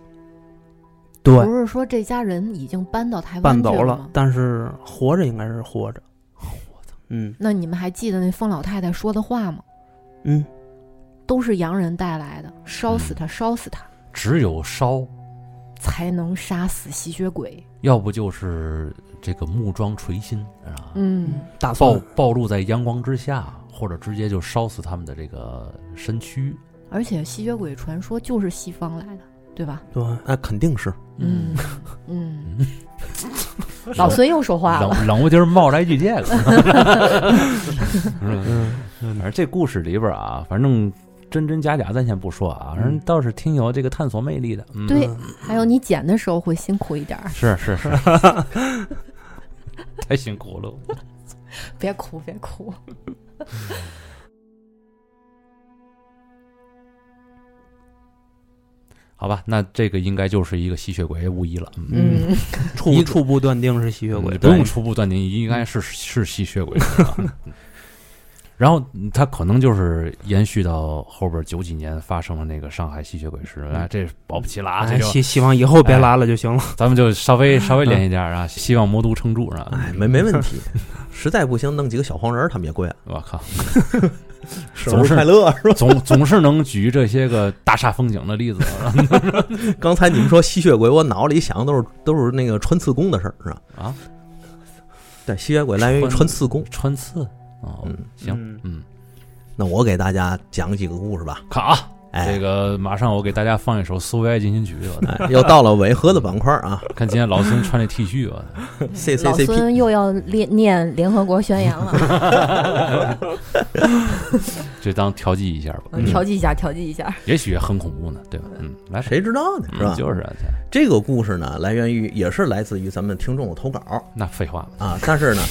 Speaker 3: 对，
Speaker 2: 不是说这家人已经搬到台湾
Speaker 3: 搬
Speaker 2: 去
Speaker 3: 走
Speaker 2: 吗
Speaker 3: 了，但是活着应该是活着。嗯
Speaker 2: 那你们还记得那疯老太太说的话吗？
Speaker 3: 嗯，
Speaker 2: 都是洋人带来的，烧死
Speaker 1: 嗯
Speaker 2: 他，烧死他，
Speaker 1: 只有烧，
Speaker 2: 才能杀死吸血鬼。
Speaker 1: 要不就是这个木桩锤心啊，
Speaker 2: 嗯，
Speaker 3: 大
Speaker 1: 暴
Speaker 3: 蒜
Speaker 1: 暴露在阳光之下，或者直接就烧死他们的这个身躯。
Speaker 2: 而且吸血鬼传说就是西方来的，对吧？
Speaker 3: 对，
Speaker 4: 那肯定是
Speaker 2: 嗯嗯，老
Speaker 1: 冷
Speaker 2: 孙又说话了。
Speaker 1: 冷冷不丁儿冒出来一句这个。
Speaker 3: 嗯
Speaker 1: 反正这故事里边啊，反正真真假假咱先不说啊，反正倒是挺有这个探索魅力的。嗯，
Speaker 2: 对
Speaker 3: 嗯
Speaker 2: 还有你剪的时候会辛苦一点儿，
Speaker 1: 是是 是，太辛苦了。
Speaker 2: 别哭别哭。
Speaker 1: 好吧，那这个应该就是一个吸血鬼无疑了。嗯
Speaker 2: 嗯，
Speaker 3: 初初步断定是吸血鬼，
Speaker 1: 嗯不用
Speaker 3: 对
Speaker 1: 初步断定，应该是是吸血鬼。 嗯然后嗯他可能就是延续到后边九几年发生的那个上海吸血鬼事，哎，这保不齐了啊！这
Speaker 3: 哎，
Speaker 1: 就
Speaker 3: 希希望以后别来了就行了。
Speaker 1: 咱们就稍微稍微联系点儿啊， 希望魔都撑住啊！
Speaker 4: 哎，没没问题。 实在不行，弄几个小黄人儿，他们也跪了。
Speaker 1: 我靠，
Speaker 4: 生日快乐！ 是吧
Speaker 1: 总总是能举这些个大煞风景的例子， 啊
Speaker 4: 刚才你们说吸血鬼，我脑子里想的都是都是那个穿刺弓的事儿，是吧？
Speaker 1: 啊，
Speaker 4: 对，吸血鬼来源于穿刺 弓。
Speaker 1: 穿刺哦
Speaker 4: 嗯，
Speaker 1: 行，
Speaker 3: 嗯
Speaker 1: 嗯，
Speaker 4: 那我给大家讲几个故事吧。
Speaker 1: 看啊，这
Speaker 4: 哎，
Speaker 1: 个马上我给大家放一首《苏维埃进行曲》 吧，
Speaker 4: 哎又到了违和的板块啊
Speaker 1: 看今天老孙穿这 T 恤吧，
Speaker 4: ，C
Speaker 5: 嗯老
Speaker 4: C C P，
Speaker 5: 孙又要念念联合国宣言了，
Speaker 1: 就当调剂一下吧，
Speaker 5: 嗯调剂一下，调剂一下。
Speaker 1: 也许很恐怖呢，对吧？嗯，来吧，
Speaker 4: 谁知道呢？
Speaker 1: 嗯
Speaker 4: 是吧？
Speaker 1: 就是啊，
Speaker 4: 这个故事呢，来源于也是来自于咱们听众的投稿
Speaker 1: 那废话嘛，
Speaker 4: 啊，但是呢，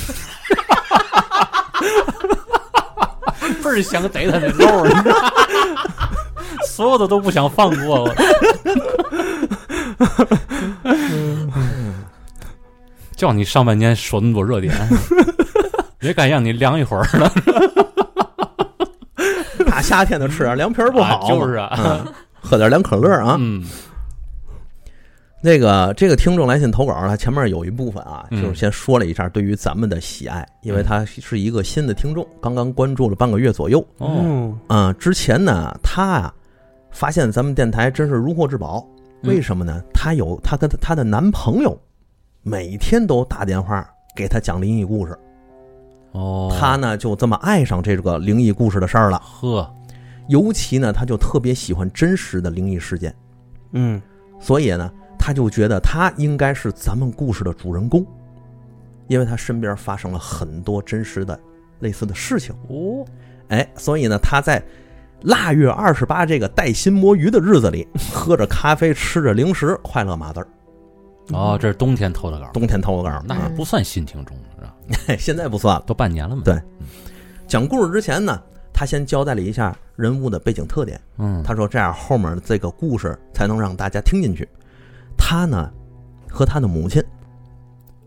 Speaker 1: 倍儿想逮他那漏儿，所有的都不想放过。 叫你上半年说那么多热点，也该让你凉一会儿了，
Speaker 4: 大夏天的吃点凉皮儿不好吗，
Speaker 1: 就是啊，
Speaker 4: 嗯喝点凉可乐啊。
Speaker 1: 嗯
Speaker 4: 那个这个听众来信投稿啊，他前面有一部分啊，
Speaker 1: 嗯
Speaker 4: 就是先说了一下对于咱们的喜爱，因为他是一个新的听众，刚刚关注了半个月左右。
Speaker 1: 哦，
Speaker 3: 嗯
Speaker 4: 啊、之前呢，他啊发现咱们电台真是如获至宝，
Speaker 1: 嗯
Speaker 4: 为什么呢？他有他跟他的男朋友每天都打电话给他讲灵异故事，
Speaker 1: 哦，
Speaker 4: 他呢就这么爱上这个灵异故事的事儿了。
Speaker 1: 呵，
Speaker 4: 尤其呢，他就特别喜欢真实的灵异事件，
Speaker 3: 嗯，
Speaker 4: 所以呢，他就觉得他应该是咱们故事的主人公，因为他身边发生了很多真实的类似的事情。
Speaker 1: 哦，
Speaker 4: 哎，所以呢，他在腊月二十八这个带薪摸鱼的日子里， 喝着咖啡，吃着零食，快乐马子儿。
Speaker 1: 哦，这是冬天投的稿，
Speaker 4: 冬天投个稿，
Speaker 1: 那
Speaker 2: 嗯
Speaker 1: 也不算新听众了，是吧？
Speaker 4: 嘿哎现在不算了。
Speaker 1: 都半年了嘛。
Speaker 4: 对讲故事之前呢，他先交代了一下人物的背景特点。
Speaker 1: 嗯，
Speaker 4: 他说这样后面这个故事才能让大家听进去。他呢和他的母亲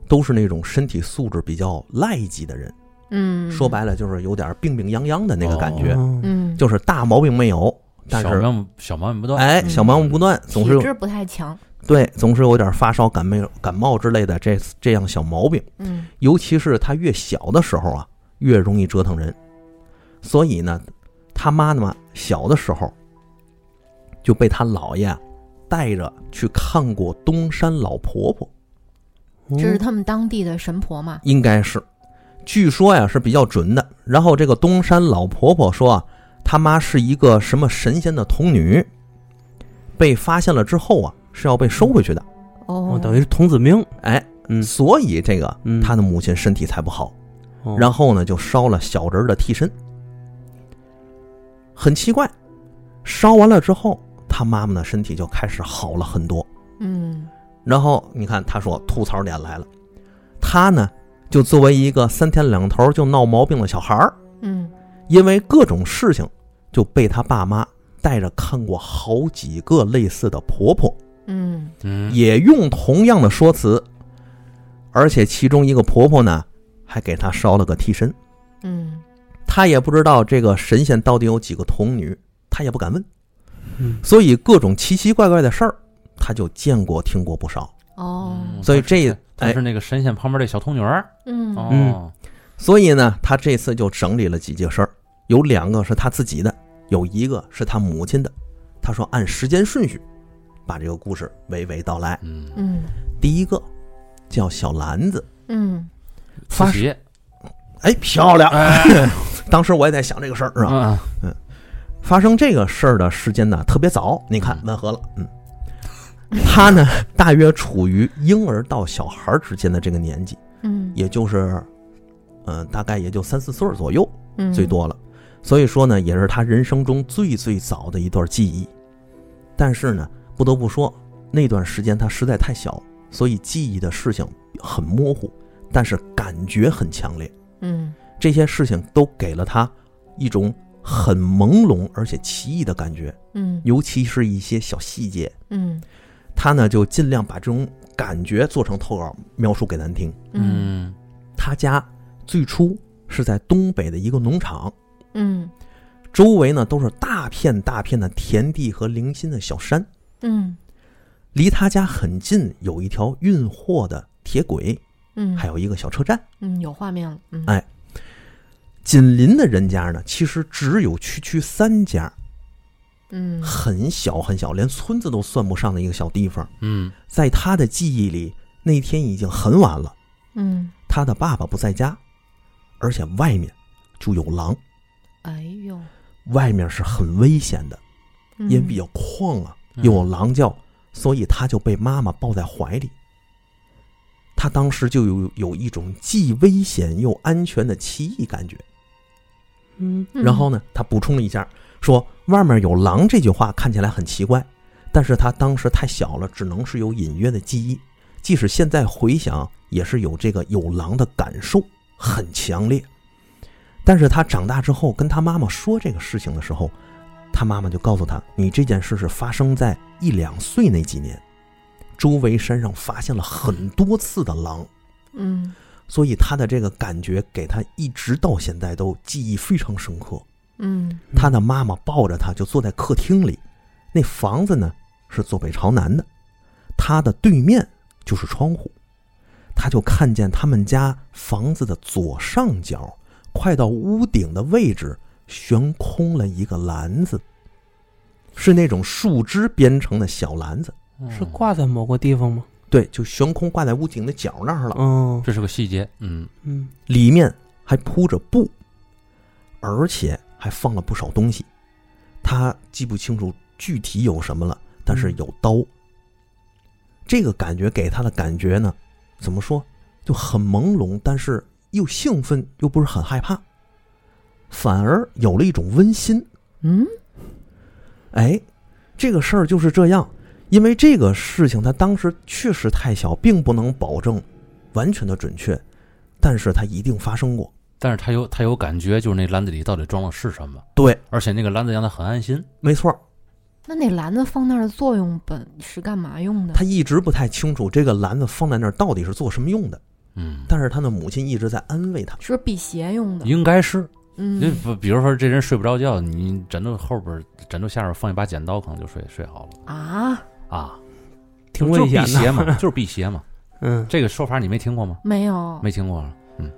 Speaker 4: 都是那种身体素质比较赖及的人，
Speaker 2: 嗯，
Speaker 4: 说白了就是有点病病殃殃的那个感觉，
Speaker 3: 嗯
Speaker 2: 嗯，
Speaker 4: 就是大毛病没有，但
Speaker 1: 哦小
Speaker 4: 是
Speaker 1: 毛病小毛病不断。
Speaker 4: 哎
Speaker 2: 嗯
Speaker 4: 小毛病不断，总是
Speaker 2: 体
Speaker 4: 有
Speaker 2: 质不太强，
Speaker 4: 对总是有点发烧、感冒、感冒之类的这这样小毛病。
Speaker 2: 嗯
Speaker 4: 尤其是他越小的时候啊，越容易折腾人。所以呢，他妈妈小的时候就被他姥爷带着去看过东山老婆婆，
Speaker 3: 嗯
Speaker 2: 这是他们当地的神婆嘛？
Speaker 4: 应该是，据说呀是比较准的。然后这个东山老婆婆说啊，他妈是一个什么神仙的童女，被发现了之后啊是要被收回去的。
Speaker 3: 哦
Speaker 2: 哦，
Speaker 3: 等于是童子命，
Speaker 4: 哎，
Speaker 3: 嗯
Speaker 4: 所以这个
Speaker 3: 嗯
Speaker 4: 他的母亲身体才不好。
Speaker 3: 哦
Speaker 4: 然后呢就烧了小人儿的替身。很奇怪，烧完了之后，他妈妈的身体就开始好了很多。
Speaker 2: 嗯
Speaker 4: 然后你看，他说吐槽点来了，他呢就作为一个三天两头就闹毛病的小孩儿，
Speaker 2: 嗯，
Speaker 4: 因为各种事情就被他爸妈带着看过好几个类似的婆婆，
Speaker 2: 嗯
Speaker 1: 嗯，
Speaker 4: 也用同样的说辞，而且其中一个婆婆呢还给他烧了个替身。
Speaker 2: 嗯
Speaker 4: 他也不知道这个神仙到底有几个童女，他也不敢问，
Speaker 3: 嗯
Speaker 4: 所以各种奇奇怪怪的事儿，他就见过听过不少。
Speaker 2: 哦
Speaker 1: 嗯
Speaker 4: 所以这
Speaker 1: 她是她是那个神仙旁边这小童女儿。
Speaker 2: 嗯
Speaker 1: 哦，
Speaker 4: 所以呢，他这次就整理了几件事儿，有两个是他自己的，有一个是他母亲的。他说按时间顺序，把这个故事娓娓道来。
Speaker 1: 嗯，
Speaker 2: 嗯
Speaker 4: 第一个叫小兰子，
Speaker 2: 嗯
Speaker 1: 慈
Speaker 4: 发
Speaker 1: 禧
Speaker 4: 哎，漂亮！ 当时我也在想这个事儿，是啊吧？
Speaker 1: 嗯，
Speaker 4: 发生这个事儿的时间呢特别早，你看
Speaker 1: 嗯
Speaker 4: 吻合了，嗯。他呢，大约处于婴儿到小孩儿之间的这个年纪，
Speaker 2: 嗯
Speaker 4: 也就是，呃，大概也就三四岁儿左右，
Speaker 2: 嗯，
Speaker 4: 最多了。所以说呢，也是他人生中最最早的一段记忆。但是呢，不得不说，那段时间他实在太小，所以记忆的事情很模糊，但是感觉很强烈。
Speaker 2: 嗯
Speaker 4: 这些事情都给了他一种很朦胧而且奇异的感觉，
Speaker 2: 嗯
Speaker 4: 尤其是一些小细节。
Speaker 2: 嗯
Speaker 4: 他呢就尽量把这种感觉做成投稿描述给咱听。
Speaker 2: 嗯
Speaker 1: 嗯
Speaker 4: 他家最初是在东北的一个农场，
Speaker 2: 嗯
Speaker 4: 周围呢都是大片大片的田地和零星的小山。
Speaker 2: 嗯
Speaker 4: 离他家很近有一条运货的铁轨，
Speaker 2: 嗯，
Speaker 4: 还有一个小车站。
Speaker 2: 嗯有画面了，嗯
Speaker 4: 哎紧邻的人家呢，其实只有区区三家，
Speaker 2: 嗯
Speaker 4: 很小很小，连村子都算不上的一个小地方。
Speaker 1: 嗯
Speaker 4: 在他的记忆里，那天已经很晚了，
Speaker 2: 嗯，
Speaker 4: 他的爸爸不在家，而且外面就有狼，
Speaker 2: 哎呦
Speaker 4: 外面是很危险的。
Speaker 2: 嗯
Speaker 4: 因为比较狂啊，
Speaker 1: 嗯
Speaker 4: 又有狼叫，所以他就被妈妈抱在怀里。他当时就有有一种既危险又安全的奇异感觉。
Speaker 3: 嗯
Speaker 4: 然后呢，他补充了一下，说外面有狼这句话看起来很奇怪，但是他当时太小了，只能是有隐约的记忆，即使现在回想，也是有这个有狼的感受很强烈。但是他长大之后跟他妈妈说这个事情的时候，他妈妈就告诉他，你这件事是发生在一两岁那几年，周围山上发现了很多次的狼，
Speaker 2: 嗯
Speaker 4: 所以他的这个感觉给他一直到现在都记忆非常深刻。
Speaker 2: 嗯
Speaker 4: 他的妈妈抱着他就坐在客厅里，那房子呢是坐北朝南的，他的对面就是窗户，他就看见他们家房子的左上角，快到屋顶的位置悬空了一个篮子，是那种树枝编成的小篮子，
Speaker 3: 是挂在某个地方吗？
Speaker 4: 对，就悬空挂在屋顶的角那儿了。
Speaker 3: 嗯
Speaker 1: 这是个细节，嗯，
Speaker 3: 嗯
Speaker 4: 里面还铺着布，而且还放了不少东西。他记不清楚具体有什么了，但是有刀。这个感觉给他的感觉呢，怎么说，就很朦胧，但是又兴奋，又不是很害怕，反而有了一种温馨。
Speaker 2: 嗯
Speaker 4: 哎，这个事儿就是这样，因为这个事情他当时确实太小，并不能保证完全的准确，但是它一定发生过。
Speaker 1: 但是他有他有感觉，就是那篮子里到底装的是什么，
Speaker 4: 对，
Speaker 1: 而且那个篮子让他很安心，
Speaker 4: 没错儿，
Speaker 2: 那那篮子放那儿的作用本是干嘛用的？
Speaker 4: 他一直不太清楚这个篮子放在那儿到底是做什么用的，
Speaker 1: 嗯，
Speaker 4: 但是他的母亲一直在安慰他。
Speaker 2: 是不是辟邪用的？
Speaker 1: 应该是，你
Speaker 2: 嗯
Speaker 1: 不比如说这人睡不着觉，你枕头后边枕头下边放一把剪刀，可能就睡睡好了
Speaker 2: 啊，
Speaker 1: 啊，
Speaker 3: 挺
Speaker 1: 就
Speaker 3: 危
Speaker 1: 是
Speaker 3: 险
Speaker 1: 辟
Speaker 3: 的
Speaker 1: 邪嘛，就是辟邪嘛，
Speaker 3: 嗯，
Speaker 1: 这个说法你没听过吗？
Speaker 2: 没有，
Speaker 1: 没听过啊，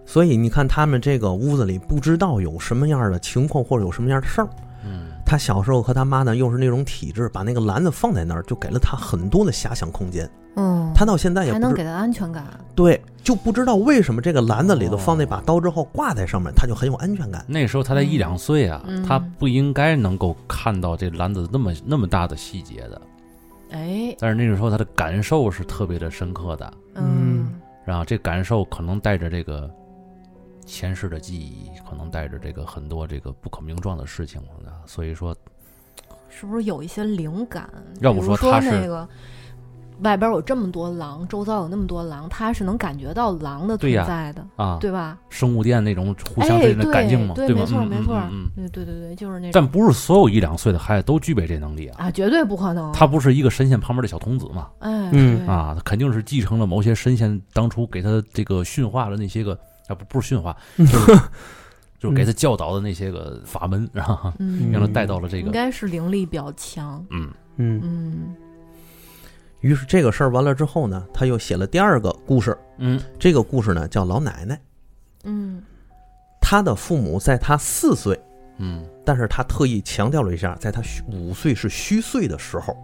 Speaker 4: 所以你看，他们这个屋子里不知道有什么样的情况或者有什么样的事儿。
Speaker 1: 嗯
Speaker 4: 他小时候和他妈呢又是那种体质，把那个篮子放在那儿，就给了他很多的遐想空间。
Speaker 2: 嗯，
Speaker 4: 他到现在也
Speaker 2: 还
Speaker 4: 不
Speaker 2: 能
Speaker 4: 知
Speaker 2: 给他安全感。
Speaker 4: 对，就不知道为什么这个篮子里头放那把刀之后挂在上面，他就很有安全感。
Speaker 1: 那时候他才一两岁啊，
Speaker 2: 嗯
Speaker 1: 他不应该能够看到这篮子那么那么大的细节的，
Speaker 2: 哎，
Speaker 1: 但是那个时候他的感受是特别的深刻的，
Speaker 2: 嗯
Speaker 1: 然后这感受可能带着这个前世的记忆，可能带着这个很多这个不可名状的事情啊，所以说，
Speaker 2: 是不是有一些灵感？
Speaker 1: 要
Speaker 2: 比
Speaker 1: 不
Speaker 2: 如
Speaker 1: 说
Speaker 2: 说
Speaker 1: 他
Speaker 2: 那
Speaker 1: 是
Speaker 2: 个外边有这么多狼，周遭有那么多狼，他是能感觉到狼的
Speaker 1: 对
Speaker 2: 存
Speaker 1: 呀
Speaker 2: 在的，
Speaker 1: 啊，
Speaker 2: 对吧？
Speaker 1: 生物电那种互相
Speaker 2: 哎
Speaker 1: 之间的感应嘛，
Speaker 2: 对
Speaker 1: 吧？
Speaker 2: 没错
Speaker 1: 嗯
Speaker 2: 没错
Speaker 1: 嗯嗯嗯
Speaker 2: 对对对对，就是那种
Speaker 1: 但不是所有一两岁的孩子都具备这能力啊，
Speaker 2: 啊，绝对不可能。
Speaker 1: 他不是一个神仙旁边的小童子嘛，
Speaker 2: 哎，
Speaker 3: 嗯
Speaker 2: 对，
Speaker 1: 啊，他肯定是继承了某些神仙当初给他这个驯化的那些个啊，不不是 驯化，就是给他教导的那些个法门，然后
Speaker 2: 嗯，
Speaker 1: 让他带到了这
Speaker 2: 应
Speaker 1: 个，
Speaker 2: 该是灵力比较强。
Speaker 1: 嗯
Speaker 3: 嗯
Speaker 2: 嗯
Speaker 4: 于是这个事儿完了之后呢，他又写了第二个故事。
Speaker 1: 嗯
Speaker 4: 这个故事呢叫老奶奶，
Speaker 2: 嗯
Speaker 4: 她的父母在她四岁。
Speaker 1: 嗯
Speaker 4: 但是他特意强调了一下，在他虚五岁是虚岁的时候，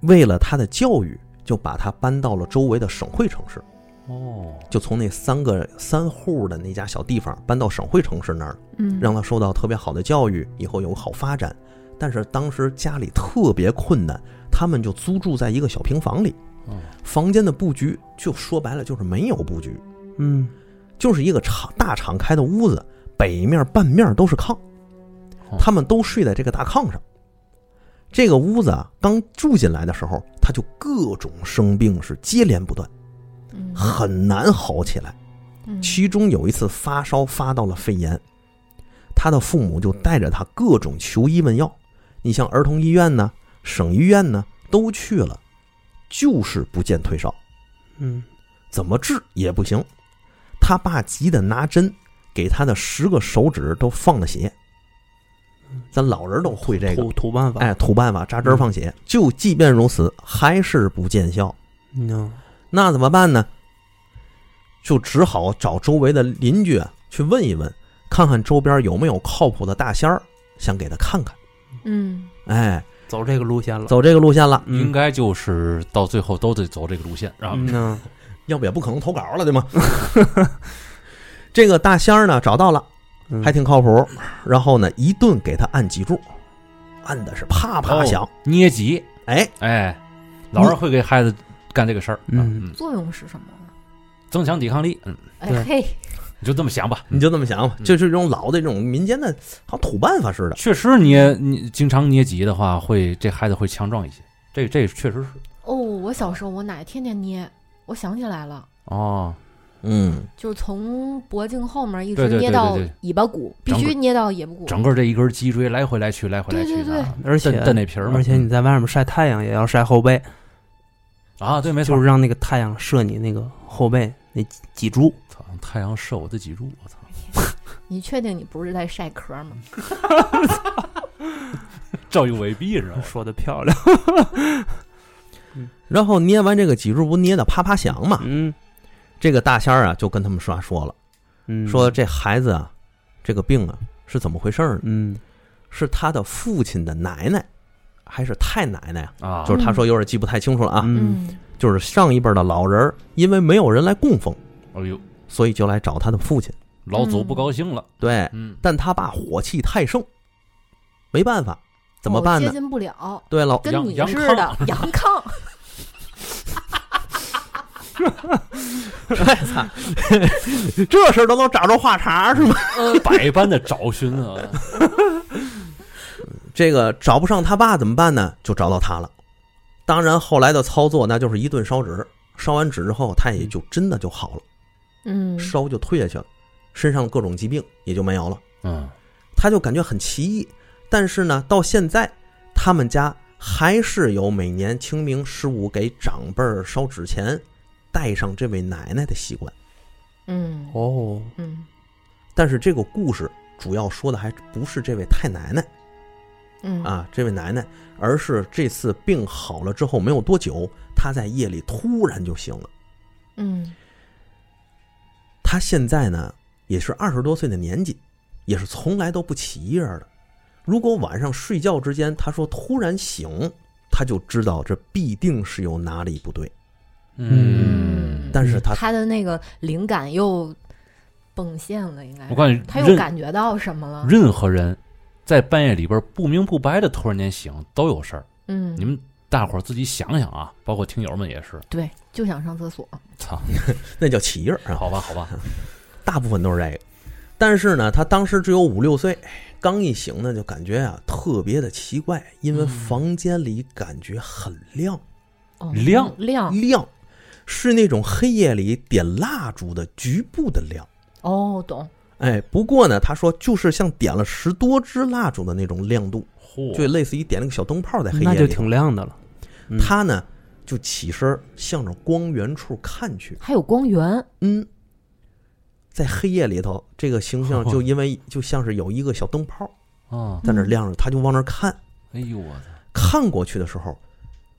Speaker 4: 为了他的教育，就把他搬到了周围的省会城市，
Speaker 1: 哦，
Speaker 4: 就从那三个三户的那家小地方搬到省会城市那儿，
Speaker 2: 嗯，
Speaker 4: 让他受到特别好的教育，以后有个好发展。但是当时家里特别困难，他们就租住在一个小平房里，
Speaker 1: 哦
Speaker 4: 房间的布局就说白了就是没有布局，
Speaker 3: 嗯
Speaker 4: 就是一个敞大敞开的屋子，北面半面都是炕
Speaker 1: 哦，
Speaker 4: 他们都睡在这个大炕上。这个屋子啊，刚住进来的时候，他就各种生病是接连不断，
Speaker 2: 嗯
Speaker 4: 很难好起来。
Speaker 2: 嗯
Speaker 4: 其中有一次发烧发到了肺炎，他的父母就带着他各种求医问药。你像儿童医院呢、省医院呢都去了，就是不见退烧。
Speaker 3: 嗯
Speaker 4: 怎么治也不行。他爸急得拿针给他的十个手指都放了血。咱老人都会这个
Speaker 3: 土，土办法，
Speaker 4: 哎，土办法扎针放血。就即便如此，还是不见效。
Speaker 3: 嗯，
Speaker 4: 那怎么办呢？就只好找周围的邻居啊去问一问，看看周边有没有靠谱的大仙儿，想给他看看。
Speaker 2: 嗯
Speaker 4: 哎，
Speaker 3: 走这个路线了，
Speaker 4: 走这个路线了，
Speaker 3: 嗯
Speaker 1: 应该就是到最后都得走这个路线，然后
Speaker 3: 嗯呢，
Speaker 4: 要不也不可能投稿了，对吗？ 这个大仙儿呢找到了，
Speaker 3: 嗯
Speaker 4: 还挺靠谱。然后呢，一顿给他按脊柱，按的是啪
Speaker 3: 哦
Speaker 4: 啪响。
Speaker 1: 捏脊，
Speaker 4: 哎，
Speaker 1: 哎，老人会给孩子干这个事儿，
Speaker 3: 嗯
Speaker 1: 嗯，
Speaker 2: 作用是什么？
Speaker 1: 增强抵抗力，嗯，
Speaker 5: 哎
Speaker 3: 对
Speaker 5: 嘿，
Speaker 1: 你就这么想吧，
Speaker 4: 你就这么想吧，
Speaker 1: 嗯
Speaker 4: 就是这种老的这种民间的，好像土办法似的。
Speaker 1: 确实捏你经常捏脊的话，会这孩子会强壮一些，这这确实是
Speaker 2: 哦，我小时候我奶天天捏，我想起来了，
Speaker 1: 哦，
Speaker 4: 嗯，
Speaker 2: 就是从脖颈后面一
Speaker 1: 对
Speaker 2: 直
Speaker 1: 对
Speaker 2: 捏
Speaker 1: 对
Speaker 2: 到
Speaker 1: 对对
Speaker 2: 尾巴骨，必
Speaker 1: 整个
Speaker 2: 须捏到尾巴骨。
Speaker 1: 整个这一根脊椎来回来去，来回来去
Speaker 2: 对对对
Speaker 1: 的
Speaker 3: 而且
Speaker 1: 蹬蹬那皮儿嘛嗯
Speaker 3: 而且你在外面晒太阳也要晒后背，
Speaker 1: 啊，对，没错
Speaker 3: 就，是让那个太阳射你那个后背那脊脊柱。
Speaker 1: 操，太阳射我的脊柱，我操，
Speaker 2: 你确定你不是在晒壳吗？
Speaker 1: 照应未必是吧？
Speaker 3: 说的漂亮，
Speaker 4: 然后捏完这个脊柱不捏的啪啪响嘛，
Speaker 3: 嗯
Speaker 4: 这个大仙儿啊就跟他们说说了，
Speaker 3: 嗯，
Speaker 4: 说这孩子啊，这个病啊是怎么回事儿呢？
Speaker 3: 嗯
Speaker 4: 是他的父亲的奶奶，还是太奶奶啊？
Speaker 1: 啊，
Speaker 4: 就是他说有点记不太清楚了啊，
Speaker 3: 哦嗯，
Speaker 4: 就是上一辈的老人儿，因为没有人来供奉，
Speaker 1: 哎呦，
Speaker 4: 所以就来找他的父亲。
Speaker 1: 老
Speaker 2: 嗯
Speaker 1: 祖不高兴了，
Speaker 4: 对，
Speaker 1: 嗯，
Speaker 4: 但他爸火气太盛，没办法，怎么
Speaker 2: 我
Speaker 4: 办呢
Speaker 2: 哦接？近不了，
Speaker 4: 对了，
Speaker 2: 跟
Speaker 1: 杨
Speaker 2: 你
Speaker 1: 杨
Speaker 2: 似
Speaker 1: 康
Speaker 2: 的，嗯杨康。
Speaker 4: 哎这事儿都能找着话茬儿是吗？
Speaker 1: 百般的找寻啊，
Speaker 4: 这个找不上他爸怎么办呢？就找到他了。当然，后来的操作那就是一顿烧纸，烧完纸之后，他也就真的就好了，
Speaker 2: 嗯，
Speaker 4: 烧就退下去了，身上的各种疾病也就没有了。
Speaker 1: 嗯，
Speaker 4: 他就感觉很奇异。但是呢，到现在他们家还是有每年清明十五给长辈儿烧纸钱，带上这位奶奶的习惯。
Speaker 2: 嗯
Speaker 3: 哦，
Speaker 2: 嗯
Speaker 4: 但是这个故事主要说的还不是这位太奶奶
Speaker 2: 嗯，
Speaker 4: 啊，这位奶奶，而是这次病好了之后没有多久，她在夜里突然就醒了。
Speaker 2: 嗯
Speaker 4: 她现在呢也是二十多岁的年纪，也是从来都不起夜的。如果晚上睡觉之间，她说突然醒，她就知道这必定是有哪里不对。
Speaker 1: 嗯，
Speaker 4: 但是她
Speaker 5: 他的那个灵感又迸现了，应该
Speaker 1: 我告诉你，
Speaker 2: 哎他又
Speaker 1: 任
Speaker 2: 感觉到什么了？
Speaker 1: 任何人在半夜里边不明不白的突然间醒都有事儿，
Speaker 2: 嗯，
Speaker 1: 你们大伙儿自己想想啊，包括听友们也是，
Speaker 2: 对，就想上厕所。
Speaker 1: 操，
Speaker 4: 那叫起夜儿啊，
Speaker 1: 好吧，好 吧，
Speaker 4: 大部分都是这个。但是呢，她当时只有五六岁，刚一醒呢，就感觉啊特别的奇怪，因为
Speaker 1: 嗯
Speaker 4: 房间里感觉很亮，
Speaker 2: 哦
Speaker 1: 亮
Speaker 3: 啊
Speaker 2: 亮
Speaker 4: 亮是那种黑夜里点蜡烛的局部的亮。
Speaker 2: 哦，懂。
Speaker 4: 哎，不过呢，他说就是像点了十多支蜡烛的那种亮度，
Speaker 1: 嚯，
Speaker 4: 就类似于点了个小灯泡在黑夜
Speaker 3: 那
Speaker 4: 里。
Speaker 3: 就挺亮的了。嗯
Speaker 4: 他呢就起身向着光源处看去，
Speaker 2: 还有光源，
Speaker 4: 嗯，在黑夜里头，这个形 象就因为就像是有一个小灯泡
Speaker 1: 啊，
Speaker 4: 在那儿亮着，他就往那儿看。
Speaker 1: 哎呦我操，
Speaker 4: 看过去的时候，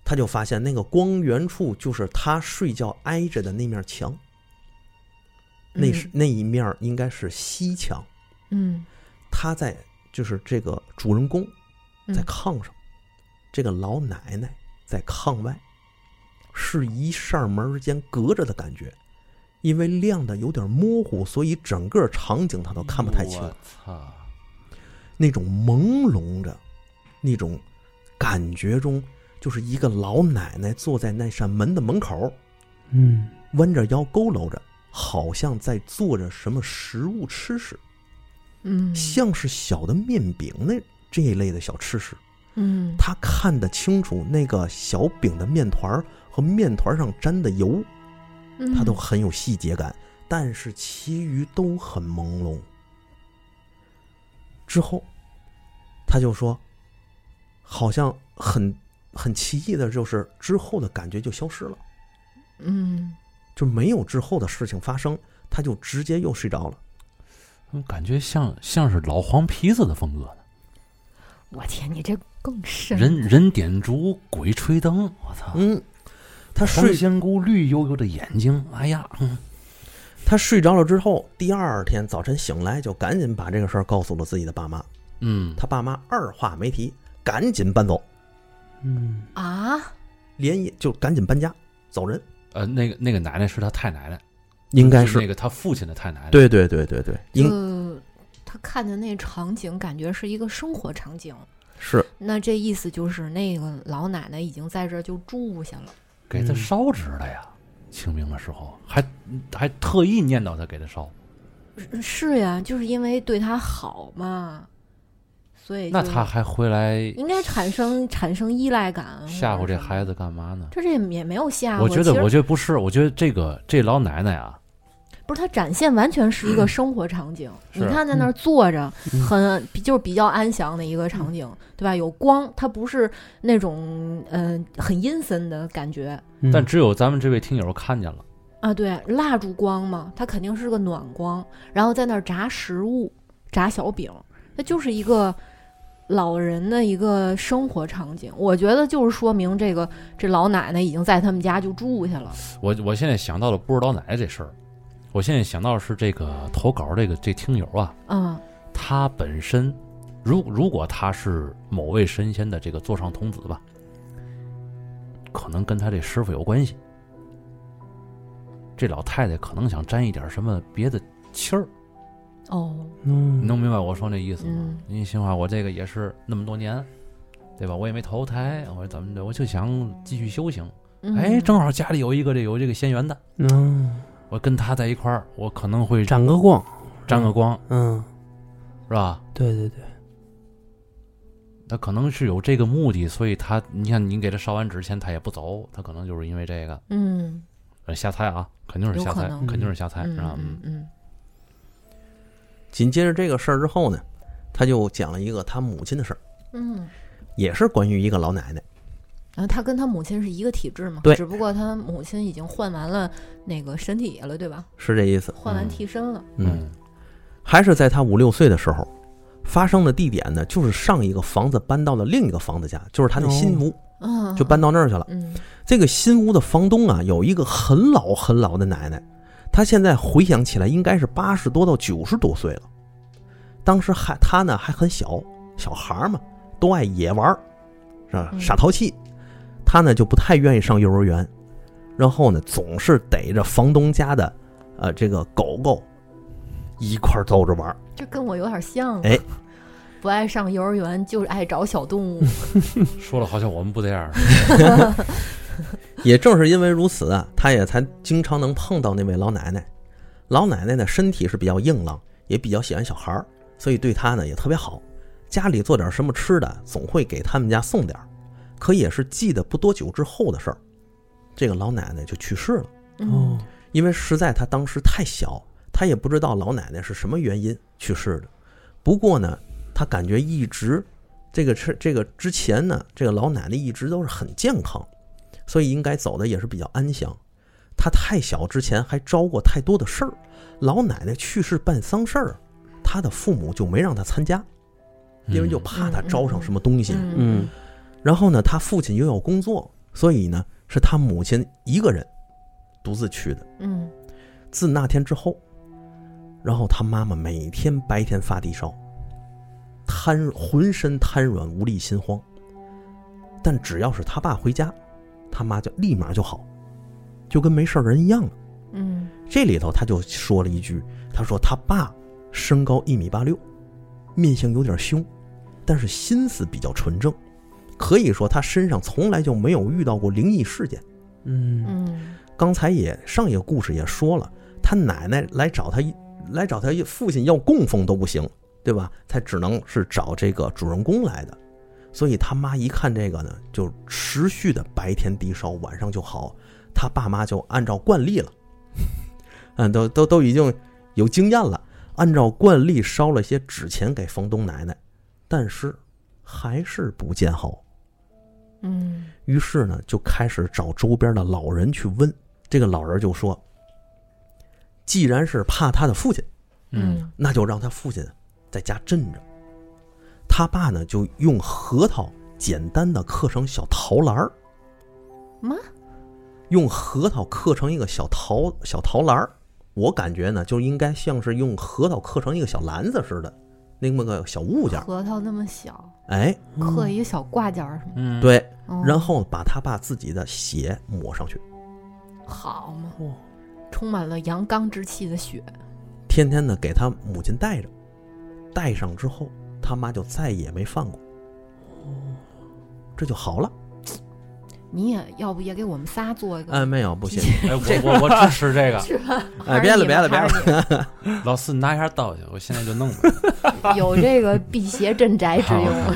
Speaker 4: 他就发现那个光源处就是他睡觉挨着的那面墙，那是
Speaker 2: 嗯
Speaker 4: 那一面儿应该是西墙。
Speaker 2: 嗯
Speaker 4: 他在就是这个主人公在
Speaker 2: 嗯
Speaker 4: 炕上，这个老奶奶在炕外，是一扇门儿间隔着的感觉，因为亮的有点模糊，所以整个场景他都看不太清
Speaker 1: 哎呦，我操，
Speaker 4: 那种朦胧着，那种感觉中，就是一个老奶奶坐在那扇门的门口，
Speaker 3: 嗯，
Speaker 4: 弯着腰佝偻着，好像在做着什么食物吃食，
Speaker 2: 嗯，
Speaker 4: 像是小的面饼那这一类的小吃食。
Speaker 2: 嗯
Speaker 4: 他看得清楚那个小饼的面团儿和面团上沾的油，他
Speaker 2: 嗯
Speaker 4: 都很有细节感，但是其余都很朦胧。之后，他就说，好像很很奇异的，就是之后的感觉就消失了，
Speaker 2: 嗯
Speaker 4: 就没有之后的事情发生，他就直接又睡着了。
Speaker 1: 我感觉像像是老黄皮子的风格呢，
Speaker 2: 嗯，我天，你这更深。
Speaker 1: 人人点烛，鬼吹灯，我操，
Speaker 4: 嗯，他
Speaker 1: 黄
Speaker 4: 睡
Speaker 1: 仙姑绿油油的眼睛，哎呀，嗯
Speaker 4: 他睡着了之后，第二天早晨醒来就赶紧把这个事儿告诉了自己的爸妈。
Speaker 1: 嗯，
Speaker 4: 他爸妈二话没提，赶紧搬走，
Speaker 3: 嗯，
Speaker 2: 啊，
Speaker 4: 连夜就赶紧搬家走人，
Speaker 1: 呃，那个那个奶奶是他太奶奶，
Speaker 4: 应该
Speaker 1: 那个他父亲的太奶奶，，
Speaker 4: 对对对对对，应
Speaker 2: 就他看的那场景，感觉是一个生活场景，
Speaker 4: 是
Speaker 2: 那这意思就是那个老奶奶已经在这儿就住下了。
Speaker 1: 给他烧纸了呀。清明的时候还还特意念叨他给他烧，
Speaker 2: 是是呀，就是因为对她好嘛，所以
Speaker 1: 那
Speaker 2: 就
Speaker 1: 他还回来
Speaker 2: 应该产生产生依赖感。啊
Speaker 1: 吓唬这
Speaker 2: 子，
Speaker 1: 孩子干嘛呢？
Speaker 2: 这这也没有吓唬。
Speaker 1: 我觉
Speaker 2: 啊其
Speaker 1: 得，
Speaker 2: 实
Speaker 1: 我觉得不是，我觉得这个这老奶奶啊，
Speaker 2: 不是，它展现完全是一个生活场景。
Speaker 1: 是
Speaker 2: 你看在那儿坐着，
Speaker 3: 嗯
Speaker 2: 很比就是比较安详的一
Speaker 1: 嗯
Speaker 2: 个场景，对吧？有光，它不是那种嗯、呃很阴森的感觉
Speaker 3: 嗯
Speaker 1: 但只有咱们这位听友看见了，
Speaker 2: 啊。对，蜡烛光嘛，它肯定是个暖光。然后在那儿炸食物，炸小饼，那就是一个。老人的一个生活场景，我觉得就是说明这个这老奶奶已经在他们家就住下了。
Speaker 1: 我我现在想到了不是老奶奶这事儿，我现在想到的是这个投稿这个这听友啊，
Speaker 2: 嗯
Speaker 1: 他本身如如果他是某位神仙的这个座上童子吧，可能跟他这师傅有关系。这老太太可能想沾一点什么别的气儿，
Speaker 2: 哦，
Speaker 1: 你
Speaker 3: 嗯
Speaker 1: 能明白我说那意思吗？
Speaker 2: 嗯
Speaker 1: 您心话，我这个也是那么多年，对吧？我也没投胎，我说怎么的，我就想继续修行。
Speaker 2: 嗯
Speaker 1: 哎，正好家里有一个这有这个仙缘的，
Speaker 3: 嗯，
Speaker 1: 我跟他在一块儿，我可能会
Speaker 3: 沾个光，
Speaker 1: 沾个光，
Speaker 3: 嗯，
Speaker 1: 是吧？
Speaker 3: 对对对，
Speaker 1: 他可能是有这个目的，所以他，你看，您给他烧完纸钱，他也不走，他可能就是因为这个，
Speaker 2: 嗯，
Speaker 1: 呃瞎猜啊，肯定是
Speaker 2: 有
Speaker 1: 瞎
Speaker 2: 可
Speaker 1: 猜，
Speaker 2: 能
Speaker 1: 肯定是瞎猜，
Speaker 2: 嗯
Speaker 1: 是吧？
Speaker 2: 嗯
Speaker 1: 嗯，
Speaker 2: 嗯
Speaker 4: 紧接着这个事儿之后呢，他就讲了一个他母亲的事儿，
Speaker 2: 嗯。
Speaker 4: 也是关于一个老奶奶。
Speaker 2: 然后他跟他母亲是一个体质嘛，
Speaker 4: 对
Speaker 2: 只不过他母亲已经换完了那个身体了，对吧？
Speaker 4: 是这意思。
Speaker 2: 换完替身了，
Speaker 1: 嗯，
Speaker 4: 还是在他五六岁的时候，发生的地点呢，就是上一个房子搬到了另一个房子家，就是他那新屋，
Speaker 2: 嗯，
Speaker 4: 就搬到那儿去了。
Speaker 2: 嗯，
Speaker 4: 这个新屋的房东啊，有一个很老很老的奶奶，她现在回想起来应该是八十多到九十多岁了。当时还她呢还很小，小孩儿嘛，都爱野玩儿，是吧？
Speaker 2: 嗯
Speaker 4: 傻淘气。她呢就不太愿意上幼儿园，然后呢总是逮着房东家的呃这个狗狗一块儿逗着玩儿。
Speaker 2: 这跟我有点像。
Speaker 4: 哎，
Speaker 2: 不爱上幼儿园，就是爱找小动物。
Speaker 1: 说了好像我们不这样，
Speaker 4: 嗯也正是因为如此啊，他也才经常能碰到那位老奶奶。老奶奶呢，身体是比较硬朗，也比较喜欢小孩儿，所以对他呢也特别好。家里做点什么吃的，总会给他们家送点儿。可也是记得不多久之后的事儿，这个老奶奶就去世了。
Speaker 1: 哦
Speaker 2: 嗯，
Speaker 3: 哦
Speaker 4: 因为实在她当时太小，她也不知道老奶奶是什么原因去世的。不过呢，她感觉一直这个是这个之前呢，这个老奶奶一直都是很健康，所以应该走的也是比较安详。她太小之前还招过太多的事儿，老奶奶去世办丧事儿，她的父母就没让她参加，
Speaker 1: 嗯
Speaker 4: 因为就怕她招上什么东西。
Speaker 3: 嗯
Speaker 4: 然后呢，她父亲又要工作，所以呢是她母亲一个人独自去的。
Speaker 2: 嗯
Speaker 4: 自那天之后，然后他妈妈每天白天发低烧，瘫浑身瘫软，无力心慌。但只要是他爸回家，他妈就立马就好，就跟没事儿人一样了。
Speaker 2: 嗯
Speaker 4: 这里头他就说了一句，他说他爸身高一米八六，面相有点凶，但是心思比较纯正，可以说他身上从来就没有遇到过灵异事件。
Speaker 3: 嗯
Speaker 2: 嗯
Speaker 4: 刚才也上一个故事也说了，他奶奶来找他来找他父亲要供奉都不行，对吧？才只能是找这个主人公来的。所以他妈一看这个呢，就持续的白天低烧，晚上就好。他爸妈就按照惯例了， 嗯，都都都已经有经验了，按照惯例烧了些纸钱给房东奶奶，但是还是不见好。
Speaker 2: 嗯
Speaker 4: 于是呢，就开始找周边的老人去问。这个老人就说：“既然是怕他的父亲，
Speaker 1: 嗯，
Speaker 4: 那就让他父亲在家镇着。”他爸呢，就用核桃简单的刻成小桃篮儿，
Speaker 2: 妈，
Speaker 4: 用核桃刻成一个小桃小桃篮儿。我感觉呢，就应该像是用核桃刻成一个小篮子似的，那么个小物件儿。
Speaker 2: 核桃那么小，
Speaker 4: 哎，
Speaker 2: 刻一个小挂件儿什么
Speaker 1: 嗯，
Speaker 4: 对，
Speaker 2: 哦，
Speaker 4: 然后把他爸自己的血抹上去。
Speaker 2: 好嘛，
Speaker 4: 哦
Speaker 2: 充满了阳刚之气的血。
Speaker 4: 天天呢给他母亲带着，带上之后，他妈就再也没犯过。这就好了。
Speaker 2: 你也要不也给我们仨做一个？
Speaker 4: 哎，没有，不行，
Speaker 1: 哎，我我我支持这个，
Speaker 2: 是吧？
Speaker 4: 哎，别了，别了，别了，
Speaker 1: 老四你拿一下刀去，我现在就弄了。
Speaker 2: 有这个辟邪镇宅之用。
Speaker 1: 好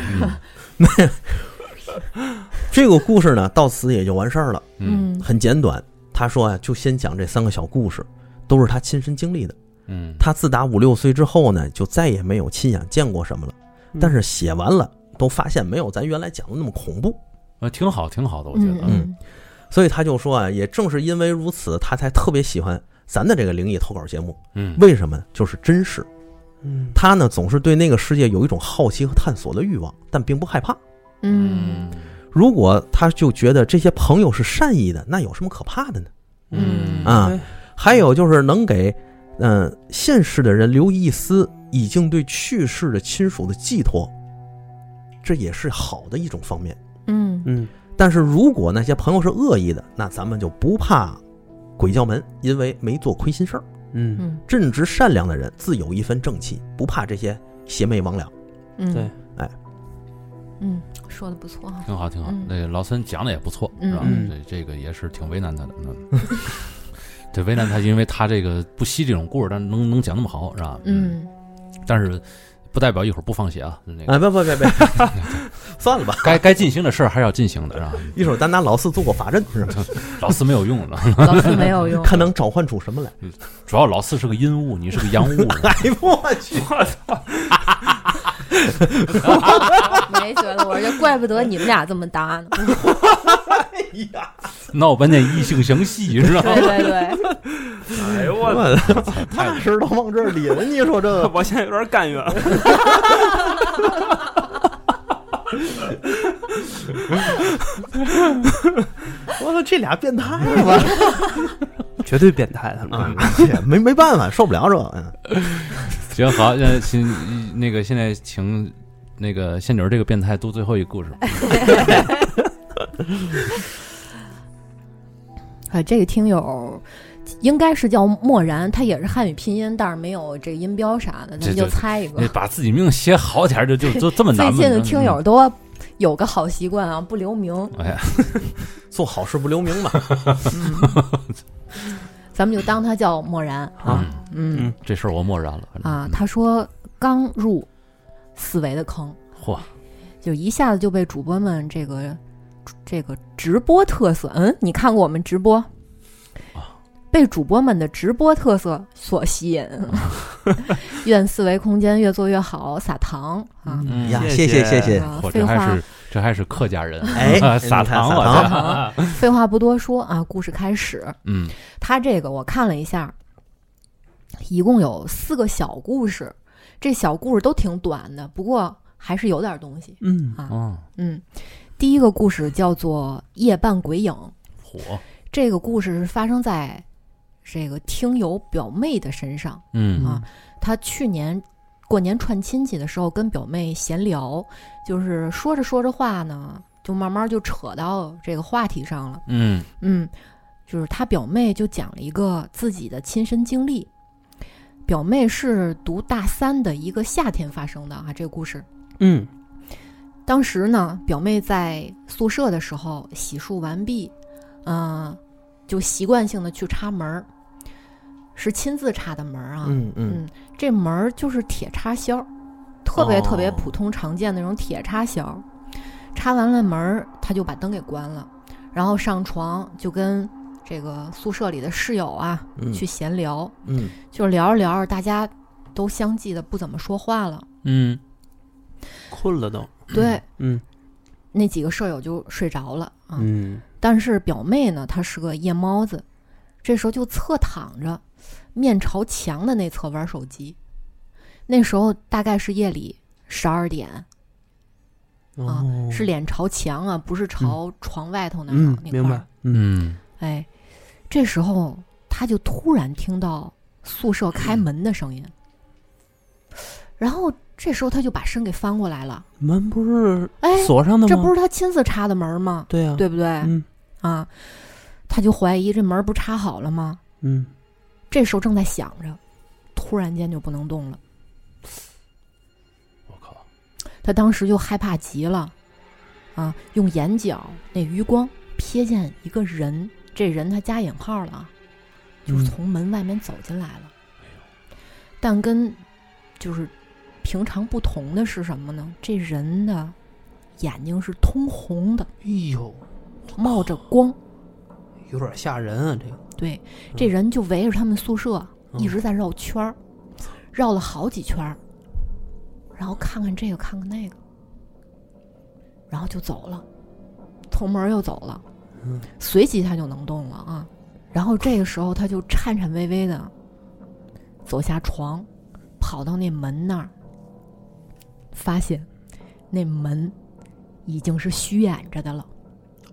Speaker 1: 嗯
Speaker 4: 这个故事呢，到此也就完事儿了，
Speaker 1: 嗯
Speaker 4: 很简短。他说啊，就先讲这三个小故事，都是他亲身经历的。
Speaker 1: 嗯，
Speaker 4: 他自打五六岁之后呢，就再也没有亲眼见过什么了。
Speaker 3: 嗯
Speaker 4: 但是写完了，都发现没有咱原来讲的那么恐怖。
Speaker 1: 呃，挺好，挺好的，我觉
Speaker 2: 嗯
Speaker 1: 得。
Speaker 2: 嗯
Speaker 4: 所以他就说啊，也正是因为如此，他才特别喜欢咱的这个灵异投稿节目。
Speaker 1: 嗯，
Speaker 4: 为什么呢？就是真实。
Speaker 3: 嗯，
Speaker 4: 他呢，总是对那个世界有一种好奇和探索的欲望，但并不害怕。
Speaker 2: 嗯
Speaker 4: 如果他就觉得这些朋友是善意的，那有什么可怕的呢？
Speaker 1: 嗯
Speaker 4: 啊
Speaker 3: 对
Speaker 4: 还有就是能给，嗯、现世的人留一丝已经对去世的亲属的寄托，这也是好的一种方面。
Speaker 2: 嗯
Speaker 3: 嗯
Speaker 4: 但是如果那些朋友是恶意的，那咱们就不怕鬼叫门，因为没做亏心事儿。
Speaker 3: 嗯，
Speaker 2: 嗯
Speaker 4: 正直善良的人自有一番正气，不怕这些邪魅魍魉。
Speaker 2: 嗯，
Speaker 3: 对，
Speaker 2: 嗯，说的不错啊。
Speaker 1: 挺好，挺好
Speaker 2: 嗯。
Speaker 1: 那老孙讲的也不错，
Speaker 2: 嗯
Speaker 1: 是吧？
Speaker 3: 嗯
Speaker 1: 这这个也是挺为难他的。嗯， 对，为难他，因为他这个不惜这种故事，但是能能讲那么好，是吧？，
Speaker 2: 嗯，
Speaker 1: 但是不代表一会儿不放血啊。那个
Speaker 4: 哎，不不不不， 算了吧，
Speaker 1: 该该进行的事儿还是要进行的，是吧？
Speaker 4: 一会儿咱拿老四做过法阵，是吧？
Speaker 1: 老四没有用的，
Speaker 2: 老师没有用。
Speaker 4: 看能召唤出什么来。
Speaker 1: 主要老四是个阴物，你是个阳物。
Speaker 4: 哎呦我去！
Speaker 2: 没觉得，我这怪不得你们俩这么 搭呢。
Speaker 4: 哎 呀，
Speaker 1: 闹半天异性相吸，是吧？
Speaker 2: 对对 对，
Speaker 3: 哎呦我
Speaker 4: 我
Speaker 1: 太
Speaker 4: 大石头往这儿拎，你说这个
Speaker 3: 我现在有点甘愿。
Speaker 4: 我操，这俩 变态吧？
Speaker 3: 绝对变态，他们
Speaker 4: 啊，
Speaker 1: 哎
Speaker 4: 这没没办法，受不了这个。嗯
Speaker 1: 行好，现在请那个现在请那个仙女儿这个变态读最后一个故事。
Speaker 2: 哎啊，这个听友应该是叫漠然，他也是汉语拼音，但是没有这个音标啥的，咱
Speaker 1: 这
Speaker 2: 们就
Speaker 1: 就
Speaker 2: 猜一个
Speaker 1: 你。把自己命写好点儿，就就就这么难
Speaker 2: 最
Speaker 1: 吗？
Speaker 2: 近的
Speaker 1: 你说
Speaker 2: 听友，都有个好习惯啊，不留名，
Speaker 1: 哎呀，
Speaker 4: 做好事不留名 嘛。
Speaker 2: 咱们就当他叫漠然。
Speaker 3: 啊，
Speaker 1: 嗯
Speaker 2: 嗯
Speaker 3: 嗯
Speaker 1: 这事儿我默然了。反正嗯
Speaker 2: 啊，他说刚入四维的坑，
Speaker 1: 嚯，
Speaker 2: 就一下子就被主播们这个这个直播特色，嗯，你看过我们直播
Speaker 1: 啊？
Speaker 2: 被主播们的直播特色所吸引，愿四维空间越做越好，撒糖啊！
Speaker 1: 嗯
Speaker 4: 呀，
Speaker 3: 谢谢
Speaker 4: 谢谢谢。
Speaker 2: 啊
Speaker 1: 嚯，
Speaker 2: 废
Speaker 1: 这还
Speaker 2: 话啊
Speaker 1: 是这还是客家人，
Speaker 4: 哎
Speaker 1: 啊撒糖
Speaker 4: 撒
Speaker 1: 了，
Speaker 4: 糖
Speaker 1: 撒糖
Speaker 2: 废话不多说啊，故事开始。
Speaker 1: 嗯
Speaker 2: 他这个我看了一下，一共有四个小故事，这小故事都挺短的，不过还是有点东西
Speaker 3: 嗯
Speaker 2: 啊。
Speaker 1: 哦，
Speaker 2: 嗯，第一个故事叫做《夜半鬼影》，
Speaker 1: 火，
Speaker 2: 这个故事是发生在这个听友表妹的身上。
Speaker 1: 嗯
Speaker 2: 啊她去年过年串亲戚的时候，跟表妹闲聊，就是说着说着话呢，就慢慢就扯到这个话题上了。
Speaker 1: 嗯
Speaker 2: 嗯，就是她表妹就讲了一个自己的亲身经历。表妹是读大三的一个夏天发生的啊，这个故事。
Speaker 3: 嗯
Speaker 2: 当时呢，表妹在宿舍的时候洗漱完毕，嗯、就习惯性的去插门儿，是亲自插的门儿啊。
Speaker 4: 嗯嗯，
Speaker 2: 这门儿就是铁插销儿，特别
Speaker 4: 哦
Speaker 2: 特别普通常见的那种铁插销儿。插完了门儿，她就把灯给关了，然后上床就跟这个宿舍里的室友啊
Speaker 4: 嗯
Speaker 2: 去闲聊，
Speaker 4: 嗯
Speaker 2: 就聊着聊着，大家都相继的不怎么说话了。
Speaker 1: 嗯
Speaker 3: 困了都。
Speaker 2: 对，
Speaker 3: 嗯
Speaker 2: 那几个舍友就睡着了啊。
Speaker 3: 嗯
Speaker 2: 但是表妹呢，她是个夜猫子，这时候就侧躺着，面朝墙的那侧玩手机。那时候大概是夜里十二点，啊
Speaker 3: 哦
Speaker 2: 是脸朝墙啊，不是朝床外头那、
Speaker 3: 嗯
Speaker 2: 那块
Speaker 3: 明白
Speaker 2: 儿。
Speaker 3: 嗯
Speaker 1: 嗯，
Speaker 2: 哎，这时候她就突然听到宿舍开门的声音，然后这时候她就把身给翻过来了。
Speaker 3: 门不是
Speaker 2: 哎，
Speaker 3: 锁上的吗？
Speaker 2: 这不是她亲自插的门吗？
Speaker 3: 对呀
Speaker 2: 对不对？
Speaker 3: 嗯
Speaker 2: 啊，她就怀疑这门不插好了吗？
Speaker 3: 嗯
Speaker 2: 这时候正在想着，突然间就不能动了。
Speaker 1: 我靠，
Speaker 2: 他当时就害怕极了，啊，用眼角那余光瞥见一个人，这人他加引号了啊，就是
Speaker 3: 嗯
Speaker 2: 从门外面走进来了。但跟就是平常不同的是什么呢？这人的眼睛是通红的，
Speaker 3: 哎呦，
Speaker 2: 冒着光。
Speaker 3: 有点吓人啊！这个
Speaker 2: 对，这人就围着他们宿舍
Speaker 3: 嗯
Speaker 2: 一直在绕圈儿，绕了好几圈儿，然后看看这个，看看那个，然后就走了，从门儿又走了
Speaker 3: 嗯，
Speaker 2: 随即他就能动了啊。然后这个时候他就颤颤巍巍的走下床，跑到那门那儿，发现那门已经是虚掩着的了。
Speaker 3: 嗯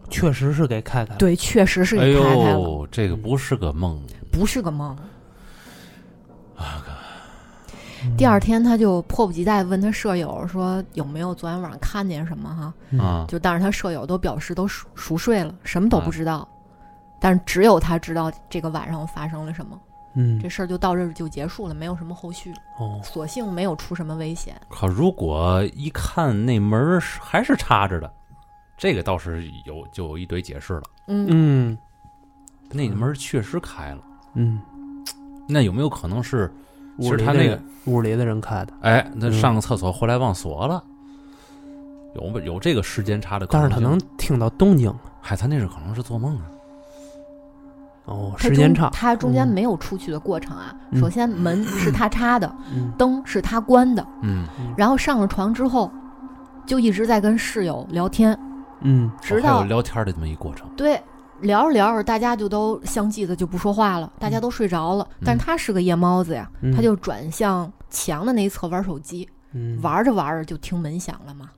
Speaker 3: 确实是给开开了。
Speaker 2: 对，确实是
Speaker 1: 哎
Speaker 2: 给开开了，
Speaker 1: 呦，这个不是个梦，
Speaker 2: 不是个梦。
Speaker 3: 嗯
Speaker 2: 第二天，他就迫不及待地问他舍友说有没有昨天晚上看见什么哈？
Speaker 3: 嗯
Speaker 1: 啊，
Speaker 2: 就但是他舍友都表示都熟熟睡了，什么都不知道，但是只有他知道这个晚上发生了什么。
Speaker 3: 嗯
Speaker 2: 这事儿就到这儿就结束了，没有什么后续，
Speaker 3: 哦，
Speaker 2: 所幸没有出什么危险。
Speaker 1: 靠！如果一看那门儿是还是插着的，这个倒是有就有一堆解释了。
Speaker 2: 嗯，
Speaker 3: 嗯
Speaker 1: 那门儿确实开了，
Speaker 3: 嗯，
Speaker 1: 那有没有可能是其
Speaker 3: 屋
Speaker 1: 实
Speaker 3: 里
Speaker 1: 他
Speaker 3: 的
Speaker 1: 那个
Speaker 3: 屋里的人开的，
Speaker 1: 哎，他
Speaker 3: 嗯
Speaker 1: 上个厕所后来忘锁了？有不有这个时间差的可
Speaker 3: 但
Speaker 1: 能
Speaker 3: 是
Speaker 1: 性？
Speaker 3: 他能听到动静
Speaker 1: 嗨，他那是可能是做梦啊。
Speaker 3: 哦，
Speaker 2: 他
Speaker 3: 时间
Speaker 2: 中
Speaker 3: 差。
Speaker 2: 他中间
Speaker 3: 嗯
Speaker 2: 没有出去的过程啊。
Speaker 3: 嗯
Speaker 2: 首先门是他插的，
Speaker 3: 嗯
Speaker 2: 灯是他关的，
Speaker 1: 嗯，
Speaker 2: 然后上了床之后，就一直在跟室友聊天，
Speaker 3: 嗯
Speaker 1: 还
Speaker 2: 直
Speaker 1: 有
Speaker 2: 到
Speaker 1: 聊天的这么一过程。
Speaker 2: 对，聊着聊着，大家就都相继的就不说话了，大家都睡着了。但是他是个夜猫子呀，
Speaker 3: 嗯
Speaker 2: 他就转向墙的那一侧玩手机，
Speaker 3: 嗯
Speaker 2: 玩着玩着就听门响了嘛，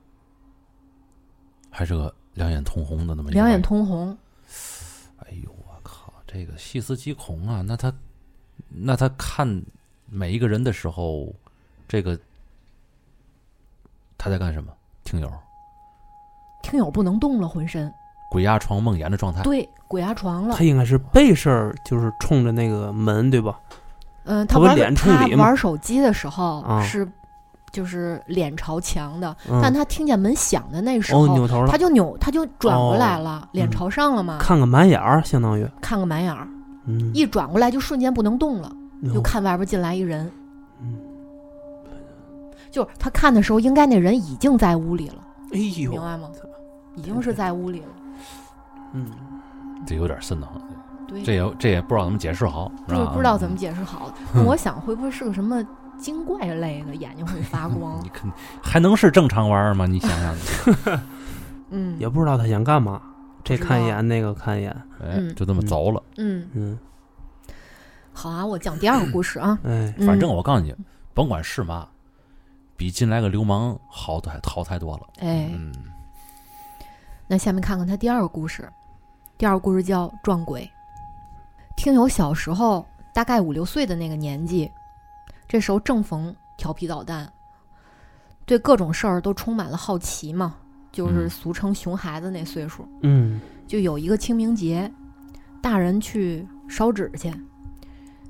Speaker 1: 还是个两眼通红的那么一个
Speaker 2: 两眼
Speaker 1: 人。
Speaker 2: 通红。
Speaker 1: 哎呦，我靠，这个细思极恐啊！那他，那他看每一个人的时候，这个他在干什么？听友，
Speaker 2: 听友不能动了，浑身
Speaker 1: 鬼压床梦魇的状态。
Speaker 2: 对鬼压床了
Speaker 3: 哎他。应该是背身儿，就是冲着那个门，对吧？
Speaker 2: 嗯，他
Speaker 3: 不是
Speaker 2: 玩
Speaker 3: 脸冲
Speaker 2: 他
Speaker 3: 里吗
Speaker 2: 玩手机的时候
Speaker 3: 啊
Speaker 2: 是就是脸朝墙的，
Speaker 3: 嗯
Speaker 2: 但他听见门响的那时
Speaker 3: 哦，
Speaker 2: 候，
Speaker 3: 扭头了
Speaker 2: 他，就扭，他就转过来
Speaker 3: 哦
Speaker 2: 了，脸
Speaker 3: 嗯
Speaker 2: 朝上了嘛，
Speaker 3: 看个满眼儿，相当于
Speaker 2: 看个满眼儿，
Speaker 3: 嗯，
Speaker 2: 一转过来就瞬间不能动了。就
Speaker 3: 哦
Speaker 2: 看外边进来一人，
Speaker 3: 嗯，
Speaker 2: 就是他看的时候，应该那人已经在屋里了，
Speaker 3: 哎呦
Speaker 2: 明，白吗？已经是在屋里了，
Speaker 3: 嗯，
Speaker 1: 这有点瘆得慌，
Speaker 2: 对，
Speaker 1: 这也啊这也不知道怎么解释好，是
Speaker 2: 就
Speaker 1: 吧
Speaker 2: 不知道怎么。解释好了。
Speaker 1: 嗯
Speaker 2: 那我想会不会是个什么精怪类的，眼睛会发光
Speaker 1: 你？看，还能是正常玩意儿吗？你想 想，
Speaker 2: 嗯
Speaker 3: 也不知道他想干嘛，这
Speaker 2: 不知
Speaker 3: 看一
Speaker 2: 道
Speaker 3: 眼，那个看一眼，
Speaker 1: 哎
Speaker 2: 嗯，
Speaker 1: 就这么走了。
Speaker 2: 嗯，
Speaker 3: 嗯，
Speaker 2: 好啊，我讲第二个故事啊。
Speaker 3: 哎，
Speaker 2: 嗯
Speaker 1: 反正我告诉你，甭管是嘛，比进来个流氓好太好太多了。
Speaker 2: 哎，
Speaker 1: 嗯，
Speaker 2: 那下面看看他第二个故事，第二个故事叫《撞鬼》。听友小时候大概五六岁的那个年纪，这时候正逢调皮捣蛋，对各种事儿都充满了好奇嘛，就是
Speaker 1: 嗯
Speaker 2: 俗称“熊孩子”那岁数。
Speaker 3: 嗯，
Speaker 2: 就有一个清明节，大人去烧纸去。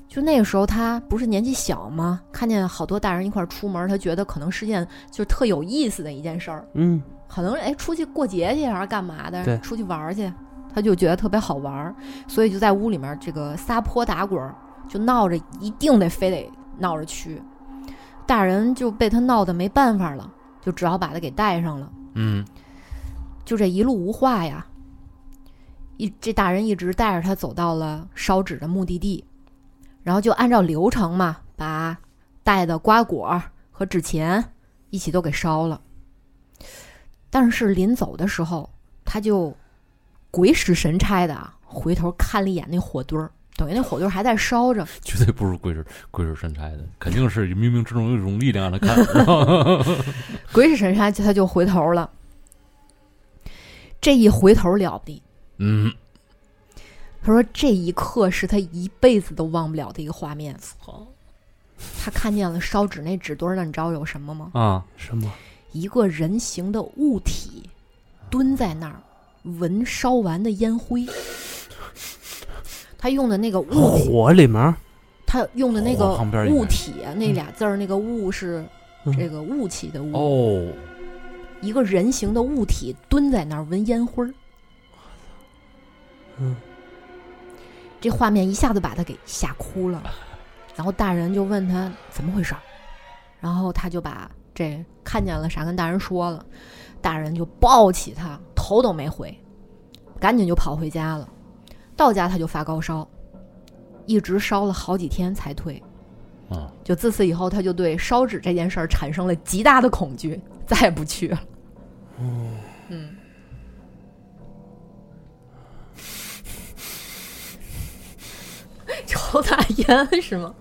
Speaker 2: 就那个时候，他不是年纪小嘛，看见好多大人一块儿出门，他觉得可能是件就是特有意思的一件事儿，
Speaker 3: 嗯，
Speaker 2: 可能哎出去过节去还是干嘛
Speaker 3: 对
Speaker 2: 的，出去玩儿去，他就觉得特别好玩儿，所以就在屋里面这个撒泼打滚儿，就闹着一定得非得闹着去，大人就被他闹得没办法了，就只好把他给带上了。
Speaker 1: 嗯，
Speaker 2: 就这一路无话呀，一这大人一直带着他走到了烧纸的目的地，然后就按照流程嘛，把带的瓜果和纸钱一起都给烧了。但是临走的时候，他就鬼使神差的啊，回头看了一眼那火堆儿，等于那火堆儿还在烧着，
Speaker 1: 绝对不是鬼使鬼使神差的，肯定是冥冥之中有一种力量让他看。 是吧
Speaker 2: 鬼使神差，他就回头了。这一回头了不得，
Speaker 1: 嗯，
Speaker 2: 他说这一刻是他一辈子都忘不了的一个画面。他看见了烧纸那纸堆儿那你知道有什么吗？
Speaker 1: 啊，
Speaker 3: 什么？
Speaker 2: 一个人形的物体蹲在那儿，闻烧完的烟灰。他用的那个物体，
Speaker 3: 火里面儿，
Speaker 2: 他用的那
Speaker 1: 火
Speaker 2: 个
Speaker 1: 哦旁边儿应该嗯
Speaker 2: 物体啊，那俩字儿，那个物是这个雾气的雾，
Speaker 1: 哦，
Speaker 2: 一个人形的物体蹲在那儿闻烟灰儿，
Speaker 3: 嗯，
Speaker 2: 这画面一下子把他给吓哭了。然后大人就问他怎么回事儿，然后他就把这看见了啥跟大人说了，大人就抱起他，头都没回，赶紧就跑回家了。到家他就发高烧，一直烧了好几天才退。
Speaker 1: 啊，
Speaker 2: 就自此以后，他就对烧纸这件事儿产生了极大的恐惧，再也不去了。嗯， 抽大烟是吗？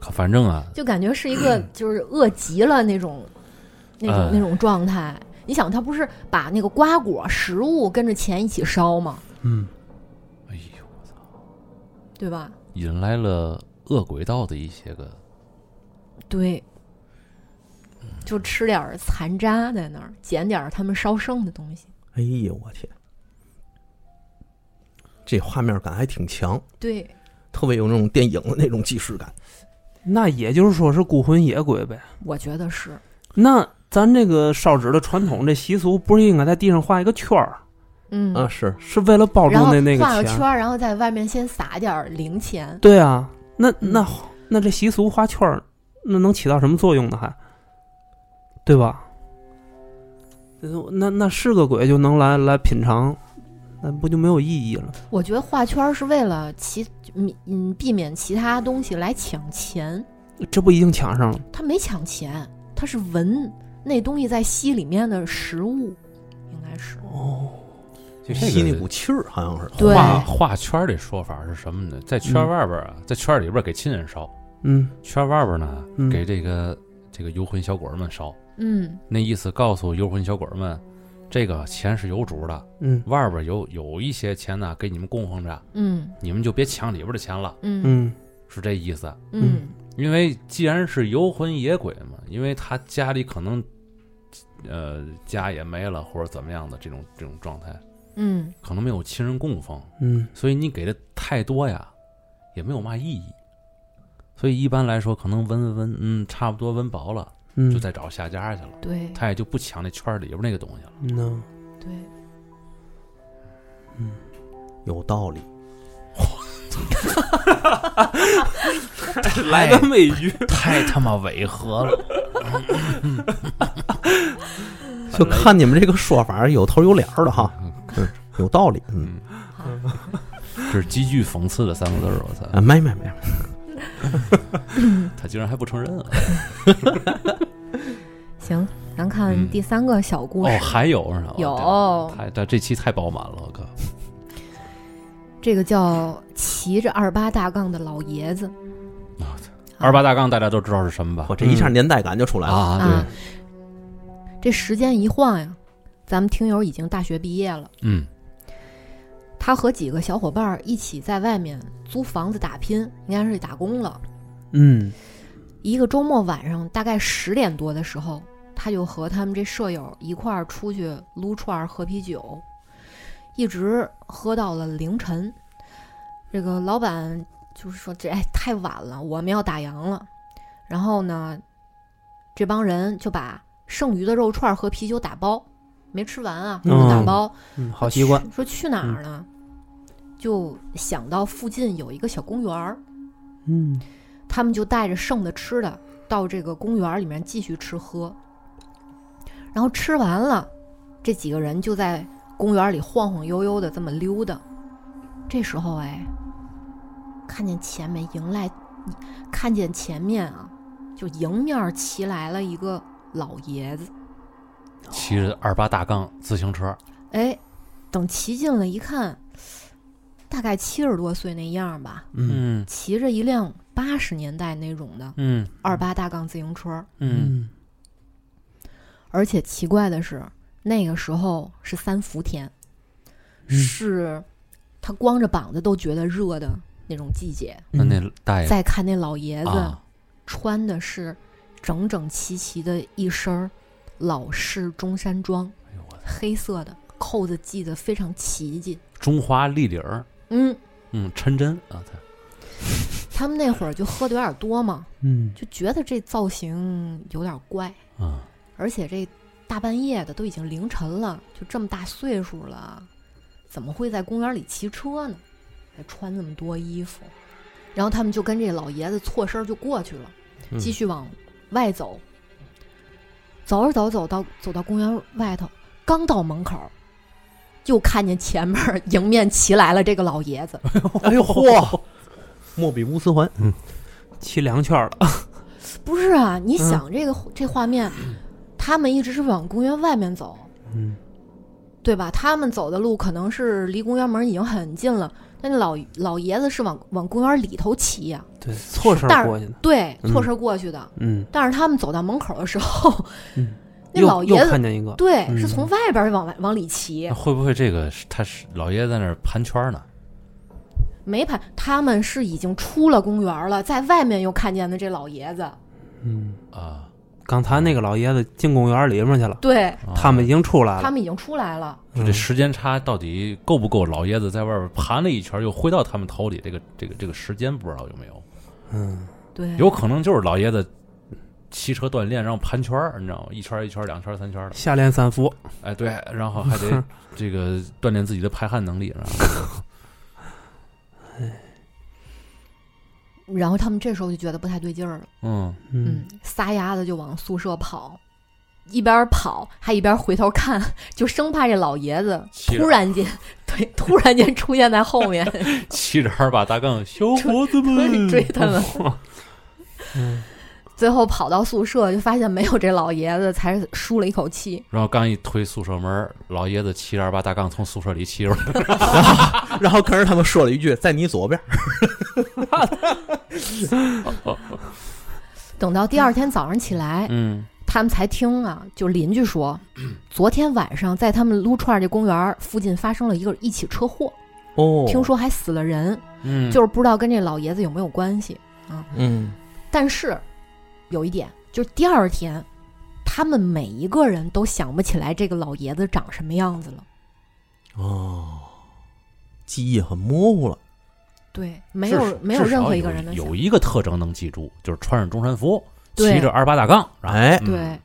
Speaker 1: 可反正啊，
Speaker 2: 就感觉是一个就是饿极了那种，那种
Speaker 1: 哎
Speaker 2: 那种状态。你想，他不是把那个瓜果食物跟着钱一起烧吗？
Speaker 3: 嗯，
Speaker 1: 哎呦，
Speaker 2: 对吧？
Speaker 1: 引来了恶鬼道的一些个，
Speaker 2: 对，就吃点儿残渣在那儿，捡点儿他们烧剩的东西。
Speaker 4: 哎呦我天，这画面感还挺强，
Speaker 2: 对，
Speaker 4: 特别有那种电影的那种既视感。
Speaker 3: 那也就是说是孤魂野鬼呗。
Speaker 2: 我觉得是，
Speaker 3: 那咱这个烧纸的传统这习俗，不是应该在地上画一个圈儿，
Speaker 2: 嗯，
Speaker 4: 啊，是
Speaker 3: 是为了包住
Speaker 2: 然后
Speaker 3: 那那个
Speaker 2: 画个圈
Speaker 3: 钱？
Speaker 2: 儿，然后在外面先撒点儿零钱，
Speaker 3: 对啊，那
Speaker 2: 嗯
Speaker 3: 那那这习俗画圈儿，那能起到什么作用呢？还，对吧？那那是个鬼就能来来品尝，那不就没有意义了？
Speaker 2: 我觉得画圈儿是为了其嗯嗯避免其他东西来抢钱，
Speaker 3: 这不已经抢上了？
Speaker 2: 他没抢钱，他是闻那东西在吸里面的食物，应该是
Speaker 3: 哦，
Speaker 1: 这
Speaker 4: 吸那
Speaker 1: 个
Speaker 4: 股气儿，好像是。
Speaker 2: 对
Speaker 1: 画画圈儿这说法是什么呢？在圈儿外边儿啊，在圈儿里边儿给亲人烧，
Speaker 3: 嗯
Speaker 1: 圈儿外边儿呢
Speaker 3: 嗯
Speaker 1: 给这个这个游魂小鬼儿们烧。
Speaker 2: 嗯
Speaker 1: 那意思告诉游魂小鬼儿们，这个钱是有主的，
Speaker 3: 嗯
Speaker 1: 外边儿有有一些钱呢给你们供奉着，
Speaker 2: 嗯
Speaker 1: 你们就别抢里边儿的钱了，
Speaker 2: 嗯
Speaker 3: 嗯
Speaker 1: 是这意思。
Speaker 2: 嗯
Speaker 1: 因为既然是游魂野鬼嘛，因为他家里可能，呃，家也没了或者怎么样的这种这种状态，
Speaker 2: 嗯，
Speaker 1: 可能没有亲人供奉，
Speaker 3: 嗯，
Speaker 1: 所以你给的太多呀，也没有嘛意义。所以一般来说，可能温温温，嗯，差不多温饱了，
Speaker 3: 嗯，
Speaker 1: 就再找下家去了，
Speaker 2: 对
Speaker 1: 他也就不抢那圈儿里边那个东西了。
Speaker 3: 嗯
Speaker 2: 对，
Speaker 4: 有道理。
Speaker 1: 来
Speaker 3: 那美剧
Speaker 1: 太他妈违和了，
Speaker 4: 就看你们这个说法有头有脸儿的哈，
Speaker 1: 嗯
Speaker 4: 有道理。嗯，
Speaker 1: 这是极具讽刺的三个字儿，我操！
Speaker 4: 啊，没没没，
Speaker 1: 他竟然还不承认啊！
Speaker 2: 行，咱看
Speaker 1: 嗯
Speaker 2: 第三个小故事，
Speaker 1: 哦，还有是吧？
Speaker 2: 有
Speaker 1: 对太但这期太饱满了，我靠！
Speaker 2: 这个叫骑着二八大杠的老爷子，
Speaker 1: 啊二八大杠大家都知道是什么吧
Speaker 4: 我？这一下年代感就出来了。
Speaker 1: 啊，对，，
Speaker 2: 啊这时间一晃呀，咱们听友已经大学毕业了。
Speaker 1: 嗯
Speaker 2: 他和几个小伙伴儿一起在外面租房子打拼，应该是打工了。
Speaker 3: 嗯
Speaker 2: 一个周末晚上，大概十点多的时候，他就和他们这舍友一块儿出去撸串儿、喝啤酒，一直喝到了凌晨。这个老板就是说：“这哎太晚了，我们要打烊了。”然后呢，这帮人就把剩余的肉串儿和啤酒打包，没吃完啊，就打
Speaker 3: 嗯
Speaker 2: 包。
Speaker 3: 嗯，好习惯。嗯
Speaker 2: 去说去哪儿呢？就想到附近有一个小公园儿，
Speaker 3: 嗯
Speaker 2: 他们就带着剩的吃的到这个公园儿里面继续吃喝。然后吃完了，这几个人就在公园里晃晃悠悠的这么溜达。这时候，哎，看见前面迎来，看见前面啊，就迎面儿骑来了一个老爷子。
Speaker 1: 骑着二八大杠自行车，
Speaker 2: 哎，等骑近了一看，大概七十多岁那样儿吧，
Speaker 3: 嗯
Speaker 1: 嗯
Speaker 2: 骑着一辆八十年代那种的
Speaker 1: 嗯
Speaker 2: 二八大杠自行车，
Speaker 1: 嗯，
Speaker 2: 而且奇怪的是，那个时候是三伏天，
Speaker 3: 嗯
Speaker 2: 是他光着膀子都觉得热的那种季节。
Speaker 1: 那
Speaker 3: 嗯
Speaker 1: 那大爷
Speaker 2: 再看那老爷子、
Speaker 1: 哎啊，
Speaker 2: 穿的是整整齐齐的一身儿老式中山装，
Speaker 1: 哎呦我操
Speaker 2: 黑色的，扣子系得非常齐齐。
Speaker 1: 中华立领儿，
Speaker 2: 嗯，
Speaker 1: 啊嗯，抻针啊，他
Speaker 2: 他们那会儿就喝的有点多嘛，
Speaker 3: 嗯，
Speaker 2: 就觉得这造型有点怪，
Speaker 1: 啊，
Speaker 2: 而且这大半夜的都已经凌晨了，就这么大岁数了，怎么会在公园里骑车呢？还穿那么多衣服，然后他们就跟这老爷子错身就过去了，
Speaker 3: 嗯
Speaker 2: 继续往外走。走着走着走到走到公园外头，刚到门口，就看见前面儿迎面骑来了这个老爷子，
Speaker 4: 哎 呦嚯！莫比乌斯环，
Speaker 3: 骑两圈了，
Speaker 2: 不是啊，
Speaker 3: 嗯
Speaker 2: 你想这个、这画面，他们一直是往公园外面走，
Speaker 3: 嗯，
Speaker 2: 对吧？他们走的路可能是离公园门已经很近了，但是老老爷子是往往公园里头骑呀、
Speaker 3: 对，错身
Speaker 2: 但是
Speaker 3: 过去的，
Speaker 2: 对，
Speaker 3: 嗯
Speaker 2: 错身过去的。
Speaker 3: 嗯，
Speaker 2: 但是他们走到门口的时候，
Speaker 3: 嗯
Speaker 2: 那
Speaker 3: 又
Speaker 2: 老
Speaker 3: 又
Speaker 2: 爷子
Speaker 3: 看见一个，
Speaker 2: 对、
Speaker 3: 嗯哦
Speaker 2: 是从外边往外往里骑
Speaker 1: 那，会不会这个是他是老爷在那儿盘圈呢？
Speaker 2: 没盘。他们是已经出了公园了，在外面又看见的这老爷子，
Speaker 3: 嗯，
Speaker 1: 啊，
Speaker 3: 刚才那个老爷子进公园里面去了，
Speaker 2: 对
Speaker 1: 啊
Speaker 3: 他们已经出来
Speaker 2: 他
Speaker 3: 了，
Speaker 2: 们已经出来了。
Speaker 1: 就这时间差到底够不够？老爷子在外边盘了一圈，又回到他们头里，这个这个这个时间不知道有没有？
Speaker 3: 嗯，
Speaker 2: 对，
Speaker 1: 有可能就是老爷子骑车锻炼，然后盘圈儿，你知道吗？一圈儿一圈儿，两圈儿三圈儿的。
Speaker 3: 下联三伏，
Speaker 1: 哎，对，然后还 得这个锻炼自己的排汗能力，然后
Speaker 2: 然后他们这时候就觉得不太对劲儿了，
Speaker 1: 嗯，
Speaker 3: 嗯
Speaker 2: 嗯，撒丫子就往宿舍跑，一边跑还一边回头看，就生怕这老爷子
Speaker 1: 骑着
Speaker 2: 突然间， 对，突然间出现在后面
Speaker 1: 骑着二把大杠，小伙子们
Speaker 2: 追他们。
Speaker 3: 嗯
Speaker 2: 最后跑到宿舍，就发现没有这老爷子，才舒了一口气。
Speaker 1: 然后刚一推宿舍门儿，老爷子骑着二八大杠从宿舍里骑出来，
Speaker 4: 然后跟着他们说了一句：“在你左边。
Speaker 2: 等到第二天早上起来，
Speaker 1: 嗯，
Speaker 2: 他们才听啊，就邻居说，昨天晚上在他们撸串儿这公园儿附近发生了一个一起车祸，”
Speaker 4: 哦，
Speaker 2: 听，说还死了人，
Speaker 1: 嗯，
Speaker 2: 就是不知道跟这老爷子有没有关系。
Speaker 4: 嗯，
Speaker 2: 但是有一点，就是第二天，他们每一个人都想不起来这个老爷子长什么样子了。
Speaker 4: 哦，记忆很模糊了。
Speaker 2: 对，没有没有
Speaker 1: 至少
Speaker 2: 任何一个人能
Speaker 1: 有
Speaker 2: 想。
Speaker 1: 有一个特征能记住，就是穿上中山服，
Speaker 2: 对
Speaker 1: 骑着二八大杠，然后
Speaker 4: 哎，
Speaker 1: 嗯
Speaker 2: 对，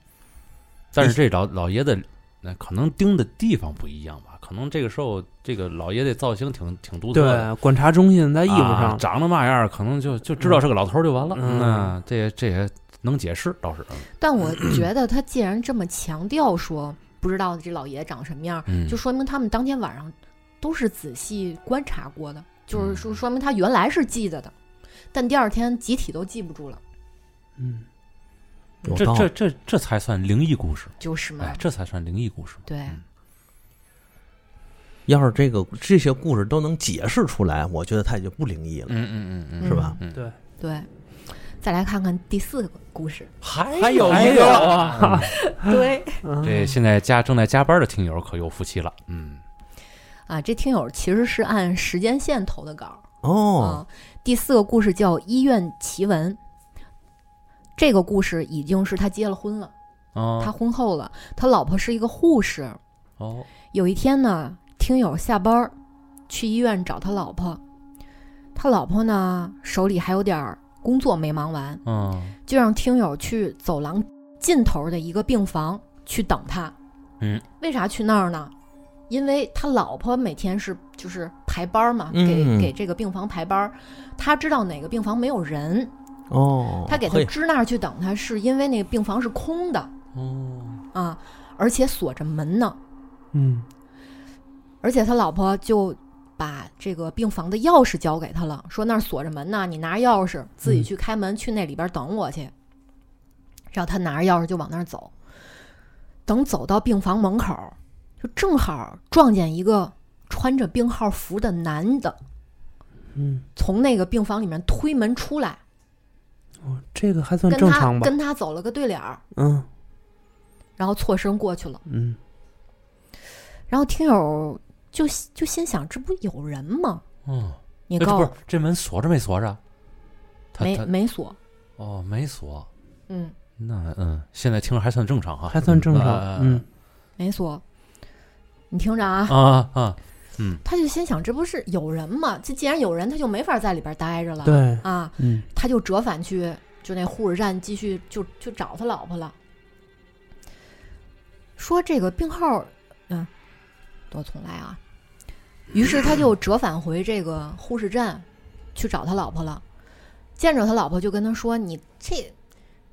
Speaker 1: 但是这老老爷子那可能盯的地方不一样吧，可能这个时候这个老爷子造型挺挺独特的。
Speaker 3: 对，观察中心
Speaker 1: 在
Speaker 3: 在衣服上，
Speaker 1: 啊长得嘛样儿，可能就就知道是个老头儿就完了。
Speaker 3: 嗯
Speaker 1: 那这也这也能解释，倒是，
Speaker 2: 但我觉得他既然这么强调说不知道这老爷子长什么样，
Speaker 1: 嗯，
Speaker 2: 就说明他们当天晚上都是仔细观察过的，就是说
Speaker 1: 嗯
Speaker 2: 说明他原来是记得的，但第二天集体都记不住了，
Speaker 3: 嗯，
Speaker 4: 有
Speaker 1: 这
Speaker 4: 道
Speaker 1: 这
Speaker 4: 理。
Speaker 1: 这这才算灵异故事，
Speaker 2: 就是嘛
Speaker 1: 哎，。这才算灵异故事。
Speaker 2: 对，
Speaker 4: 要是这个这些故事都能解释出来，我觉得它也就不灵异了。
Speaker 1: 嗯嗯嗯嗯，
Speaker 4: 是吧？
Speaker 1: 嗯，
Speaker 3: 对
Speaker 2: 对，再来看看第四个故 事。
Speaker 1: 还
Speaker 3: 还有
Speaker 1: 一
Speaker 3: 一个
Speaker 4: 嗯
Speaker 1: 啊！
Speaker 2: 对，
Speaker 1: 这现在加正在加班的听友可有福气了，嗯，
Speaker 2: 啊，这听友其实是按时间线投的稿儿。
Speaker 4: 哦，
Speaker 2: 啊。第四个故事叫《医院奇闻》，这个故事已经是他结了婚了，他
Speaker 1: 哦
Speaker 2: 婚后了，他老婆是一个护士。
Speaker 1: 哦，
Speaker 2: 有一天呢，听友下班儿去医院找他老婆，他老婆呢手里还有点儿工作没忙完，
Speaker 1: 嗯
Speaker 2: 就让听友去走廊尽头的一个病房去等他。
Speaker 1: 嗯，
Speaker 2: 为啥去那儿呢？因为他老婆每天是就是排班儿嘛，
Speaker 4: 嗯
Speaker 2: 给给这个病房排班儿，他知道哪个病房没有人，
Speaker 4: 哦，
Speaker 2: 嗯他给他
Speaker 4: 嘿
Speaker 2: 支那儿去等他，是因为那个病房是空的
Speaker 1: 哦，
Speaker 2: 啊，而且锁着门呢，
Speaker 3: 嗯，
Speaker 2: 而且他老婆就把这个病房的钥匙交给他了，说那儿锁着门呢，你拿钥匙自己去开门，去那里边等我去。然后他拿着钥匙就往那儿走，等走到病房门口，就正好撞见一个穿着病号服的男的
Speaker 3: 嗯，
Speaker 2: 从那个病房里面推门出来，
Speaker 3: 这个还算
Speaker 2: 跟
Speaker 3: 正
Speaker 2: 他
Speaker 3: 常吧？
Speaker 2: 跟他走了个对脸儿，
Speaker 3: 嗯
Speaker 2: 然后错身过去了。
Speaker 3: 嗯
Speaker 2: 然后听友就就心想，这不有人吗？
Speaker 1: 嗯，
Speaker 2: 你
Speaker 1: 哎这
Speaker 2: 告
Speaker 1: 不
Speaker 2: 诉
Speaker 1: 是这门锁着没锁着？他
Speaker 2: 没
Speaker 1: 他
Speaker 2: 没锁，
Speaker 1: 哦没锁，
Speaker 2: 嗯，
Speaker 1: 那嗯，现在听着还算正常哈，
Speaker 3: 还算正常，
Speaker 1: 嗯
Speaker 3: 嗯
Speaker 2: 没锁。你听着啊，
Speaker 1: 啊啊，嗯
Speaker 2: 他就心想，这不是有人吗？这既然有人，他就没法在里边待着了。
Speaker 3: 对，
Speaker 2: 啊，
Speaker 3: 嗯，
Speaker 2: 他就折返去就那护士站继续就就找他老婆了，说这个病号，嗯，多重来啊。于是他就折返回这个护士站去找他老婆了，见着他老婆就跟他说：“你这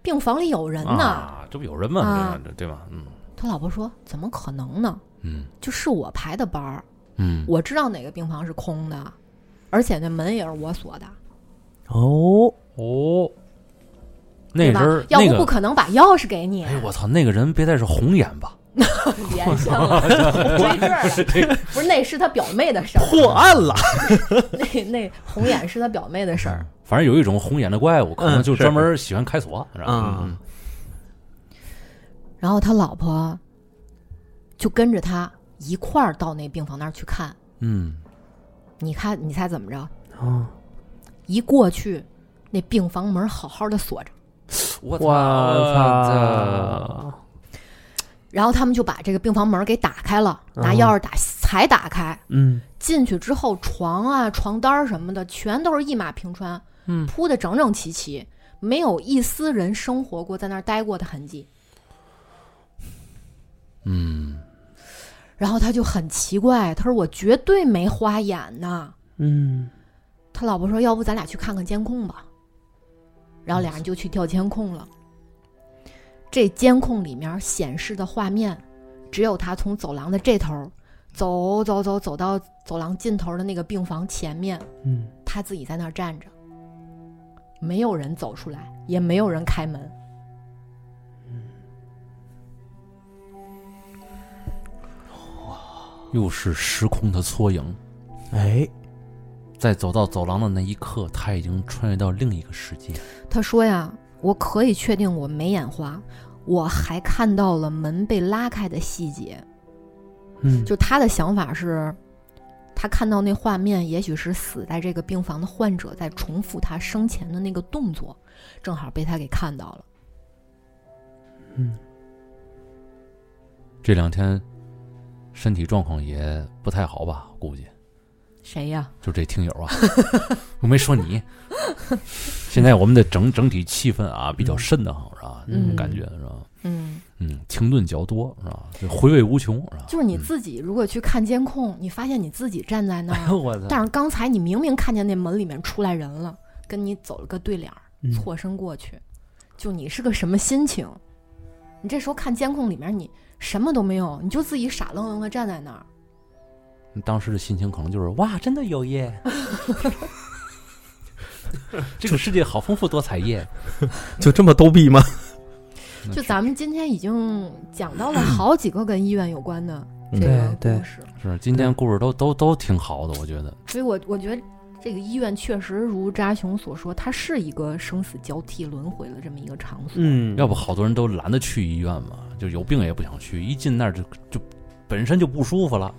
Speaker 2: 病房里有人呢。
Speaker 1: 啊，这不有人吗？
Speaker 2: 啊
Speaker 1: 这对吧？嗯
Speaker 2: 他老婆说：“怎么可能呢？
Speaker 1: 嗯
Speaker 2: 就是我排的班儿，
Speaker 1: 嗯，
Speaker 2: 我知道哪个病房是空的，而且那门也是我锁的，
Speaker 3: 哦，
Speaker 1: 哦，那
Speaker 2: 对
Speaker 1: 人
Speaker 2: 吧？
Speaker 1: 儿
Speaker 2: 要
Speaker 1: 那
Speaker 2: 不不
Speaker 1: 个，
Speaker 2: 可能把钥匙给你。
Speaker 1: 哎呦我操，那个人别再是红眼吧？
Speaker 2: 别生了，追这儿了， 不是那是他表妹的事儿，
Speaker 4: 破案了，
Speaker 2: 那那红眼是他表妹的事儿。
Speaker 1: 反正有一种红眼的怪物，可能
Speaker 4: 嗯
Speaker 1: 就是专门喜欢开锁，是吧
Speaker 4: 啊
Speaker 1: 嗯
Speaker 2: 然后他老婆就跟着他一块儿到那病房那儿去看，
Speaker 1: 嗯，
Speaker 2: 你看你猜怎么着？
Speaker 3: 啊，
Speaker 2: 一过去，那病房门好好的锁着，
Speaker 1: 我操
Speaker 3: 我
Speaker 1: 我操！
Speaker 3: 操，
Speaker 2: 然后他们就把这个病房门给打开了，拿
Speaker 3: 嗯
Speaker 2: 钥匙打才打开。
Speaker 3: 嗯，
Speaker 2: 进去之后，床啊、床单儿什么的，全都是一马平川，
Speaker 3: 嗯
Speaker 2: 铺的整整齐齐，没有一丝人生活过在那儿待过的痕迹。
Speaker 1: 嗯，
Speaker 2: 然后他就很奇怪，他说：“我绝对没花眼呐。
Speaker 3: 嗯，”
Speaker 2: 他老婆说：“要不咱俩去看看监控吧？”然后俩人就去调监控了。这监控里面显示的画面，只有他从走廊的这头儿走走走走到走廊尽头的那个病房前面，
Speaker 3: 嗯，
Speaker 2: 他自己在那儿站着，没有人走出来，也没有人开门。
Speaker 1: 又是时空的缩影。
Speaker 3: 哎，
Speaker 1: 在走到走廊的那一刻，他已经穿越到另一个世界。
Speaker 2: 他说呀：“我可以确定我没眼花，我还看到了门被拉开的细节。
Speaker 3: 嗯，
Speaker 2: 就他的想法是，他看到那画面，也许是死在这个病房的患者在重复他生前的那个动作，正好被他给看到了。
Speaker 3: 嗯，
Speaker 1: 这两天身体状况也不太好吧？我估计
Speaker 2: 谁呀？
Speaker 1: 就这听友啊， 我没说你。现在我们的整整体气氛啊比较瘆得慌，是吧？那种
Speaker 2: 嗯
Speaker 1: 感觉是吧？
Speaker 2: 嗯，
Speaker 1: 嗯，停顿较多是吧？就回味无穷是吧？
Speaker 2: 就是你自己如果去看监控，你发现你自己站在 那
Speaker 1: 哎
Speaker 2: 儿，
Speaker 1: 呦我
Speaker 3: 嗯
Speaker 1: 操！
Speaker 2: 但是刚才你明明看见那门里面出来人了，跟你走了个对脸儿。
Speaker 3: 嗯
Speaker 2: 错身过去，就你是个什么心情？你这时候看监控里面，你什么都没有，你就自己傻愣愣的站在那儿。
Speaker 1: 当时的心情可能就是哇，真的有耶！这个世界好丰富多彩耶！
Speaker 4: 就这么逗逼吗？
Speaker 3: 嗯
Speaker 1: 那
Speaker 2: 就是咱们今天已经讲到 了好几个跟医院有关的这个
Speaker 3: 对对
Speaker 2: 故事，
Speaker 1: 是今天故事都都都挺好的，我觉得。
Speaker 2: 所以我我觉得这个医院确实如扎熊所说，它是一个生死交替轮回的这么一个场所。
Speaker 3: 嗯，
Speaker 1: 要不好多人都懒得去医院嘛，就有病也不想去，一进那儿就就本身就不舒服了。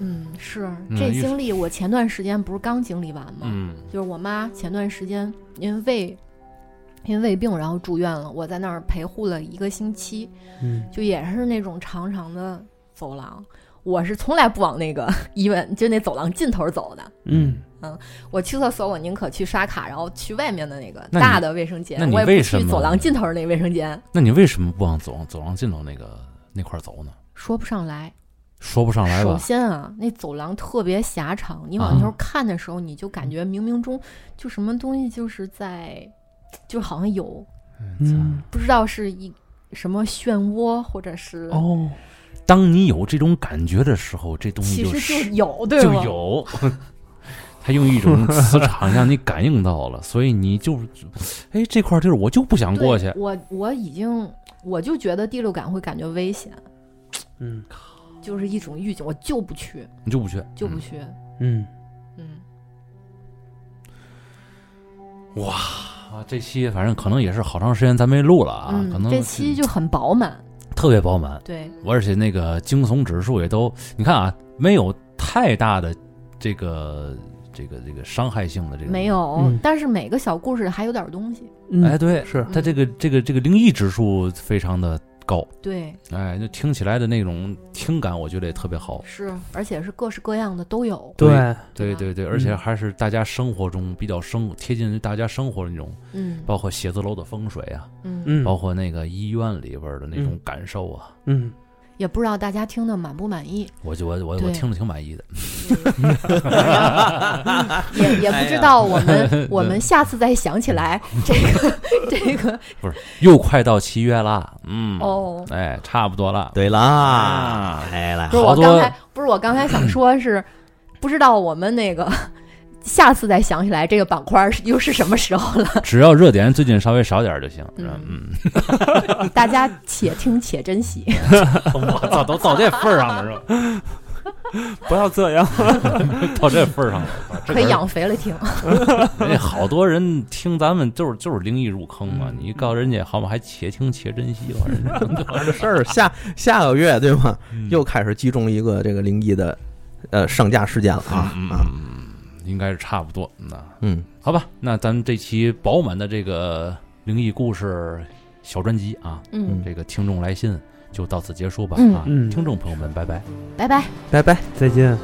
Speaker 2: 嗯，是
Speaker 1: 嗯
Speaker 2: 这
Speaker 1: 一
Speaker 2: 经历，我前段时间不是刚经历完吗？
Speaker 1: 嗯
Speaker 2: 就是我妈前段时间因为胃因为胃病然后住院了，我在那儿陪护了一个星期，
Speaker 3: 嗯，
Speaker 2: 就也是那种长长的走廊，我是从来不往那个 医院就那走廊尽头走的。
Speaker 3: 嗯，
Speaker 2: 我去厕所，我宁可去刷卡，然后去外面的那个
Speaker 1: 那你
Speaker 2: 大的卫生间
Speaker 1: 那，你
Speaker 2: 我也
Speaker 1: 为
Speaker 2: 不
Speaker 1: 什
Speaker 2: 去
Speaker 1: 么
Speaker 2: 走廊尽头那卫生间，
Speaker 1: 那你为什么不往走走廊尽头那个那块儿走呢？
Speaker 2: 说不上来。
Speaker 1: 说不上来
Speaker 2: 首
Speaker 1: 吧，啊
Speaker 2: 先啊，那走廊特别狭长，你往那头看的时候，你就感觉冥冥中就什么东西就是在，就好像有
Speaker 1: 哎
Speaker 3: 嗯，
Speaker 2: 不知道是一什么漩涡，或者是、
Speaker 3: 哦，
Speaker 1: 当你有这种感觉的时候，这东西
Speaker 2: 其
Speaker 1: 就是
Speaker 2: 实就有，对
Speaker 1: 就
Speaker 2: 吗？
Speaker 1: 有。 他用一种磁场让你感应到了，所以你就是，哎，这块地儿我就不想
Speaker 2: 对
Speaker 1: 过去。
Speaker 2: 我我已经我就觉得第六感会感觉危险，
Speaker 3: 嗯
Speaker 2: 就是一种预警，我就不去，
Speaker 1: 你就不去，
Speaker 2: 就不
Speaker 1: 嗯
Speaker 2: 去。
Speaker 3: 嗯，
Speaker 2: 嗯，
Speaker 1: 啊！这期反正可能也是好长时间咱没录了啊，
Speaker 2: 嗯
Speaker 1: 可能
Speaker 2: 这期就很饱满，
Speaker 1: 特别饱满，
Speaker 2: 对，
Speaker 1: 我而且那个惊悚指数也都，你看啊，没有太大的这个这个这个伤害性的这个
Speaker 2: 没。有，
Speaker 3: 嗯
Speaker 2: 但是每个小故事还有点东西。
Speaker 3: 嗯
Speaker 1: 哎，，对，
Speaker 3: 是
Speaker 1: 它这个这个这个灵异指数非常的高，
Speaker 2: 对，
Speaker 1: 哎，就听起来的那种听感，我觉得也特别好。
Speaker 2: 是，而且是各式各样的都有。
Speaker 1: 对
Speaker 3: 对，
Speaker 1: 对嗯对对，而且还是大家生活中比较生贴近于大家生活的那种，
Speaker 2: 嗯
Speaker 1: 包括写字楼的风水啊，
Speaker 2: 嗯，
Speaker 3: 嗯，
Speaker 1: 包括那个医院里边的那种
Speaker 3: 嗯
Speaker 1: 感受啊，
Speaker 3: 嗯，
Speaker 2: 也不知道大家听的满不 满意，
Speaker 1: 我就我我我
Speaker 2: 对
Speaker 1: 听着挺满意的。
Speaker 2: 也也不知道我
Speaker 1: 哎
Speaker 2: 们我 们下次再想起来这个这个
Speaker 1: 又快到七月啦，嗯，
Speaker 2: 哦。
Speaker 1: 哎，差不多了。
Speaker 4: 对啦，
Speaker 1: 啊
Speaker 4: 来了
Speaker 2: 不，是
Speaker 1: 好
Speaker 2: 我
Speaker 1: 多
Speaker 2: 刚才，不是我刚才想说是，不知道我们那个下次再想起来这个板块是又是什么时候了。
Speaker 1: 只要热点最近稍微少点儿就行。
Speaker 2: 嗯
Speaker 1: 嗯，
Speaker 2: 大家且听且珍惜。
Speaker 1: 我操，都到这份儿上了是吧？
Speaker 3: 不要这样，
Speaker 1: 到这份儿上了，
Speaker 2: 可以养肥了听。
Speaker 1: 那好多人听咱们就是就是灵异入坑嘛，
Speaker 3: 嗯
Speaker 1: 你告人家好嘛，还且听且珍惜吧，人家
Speaker 4: 这事儿下下个月对吗？又
Speaker 1: 嗯
Speaker 4: 开始击中一个这个灵异的呃上架事件了啊
Speaker 1: 嗯
Speaker 4: 啊，
Speaker 1: 嗯，应该是差不多。那
Speaker 4: 嗯，
Speaker 1: 好吧，那咱们这期饱满的这个灵异故事小专辑啊，
Speaker 2: 嗯，
Speaker 1: 这个听众来信就到此结束吧
Speaker 2: 嗯
Speaker 1: 啊，
Speaker 3: 嗯
Speaker 1: 听众朋友们，拜拜。
Speaker 2: 拜拜。
Speaker 4: 拜拜。
Speaker 3: 再见。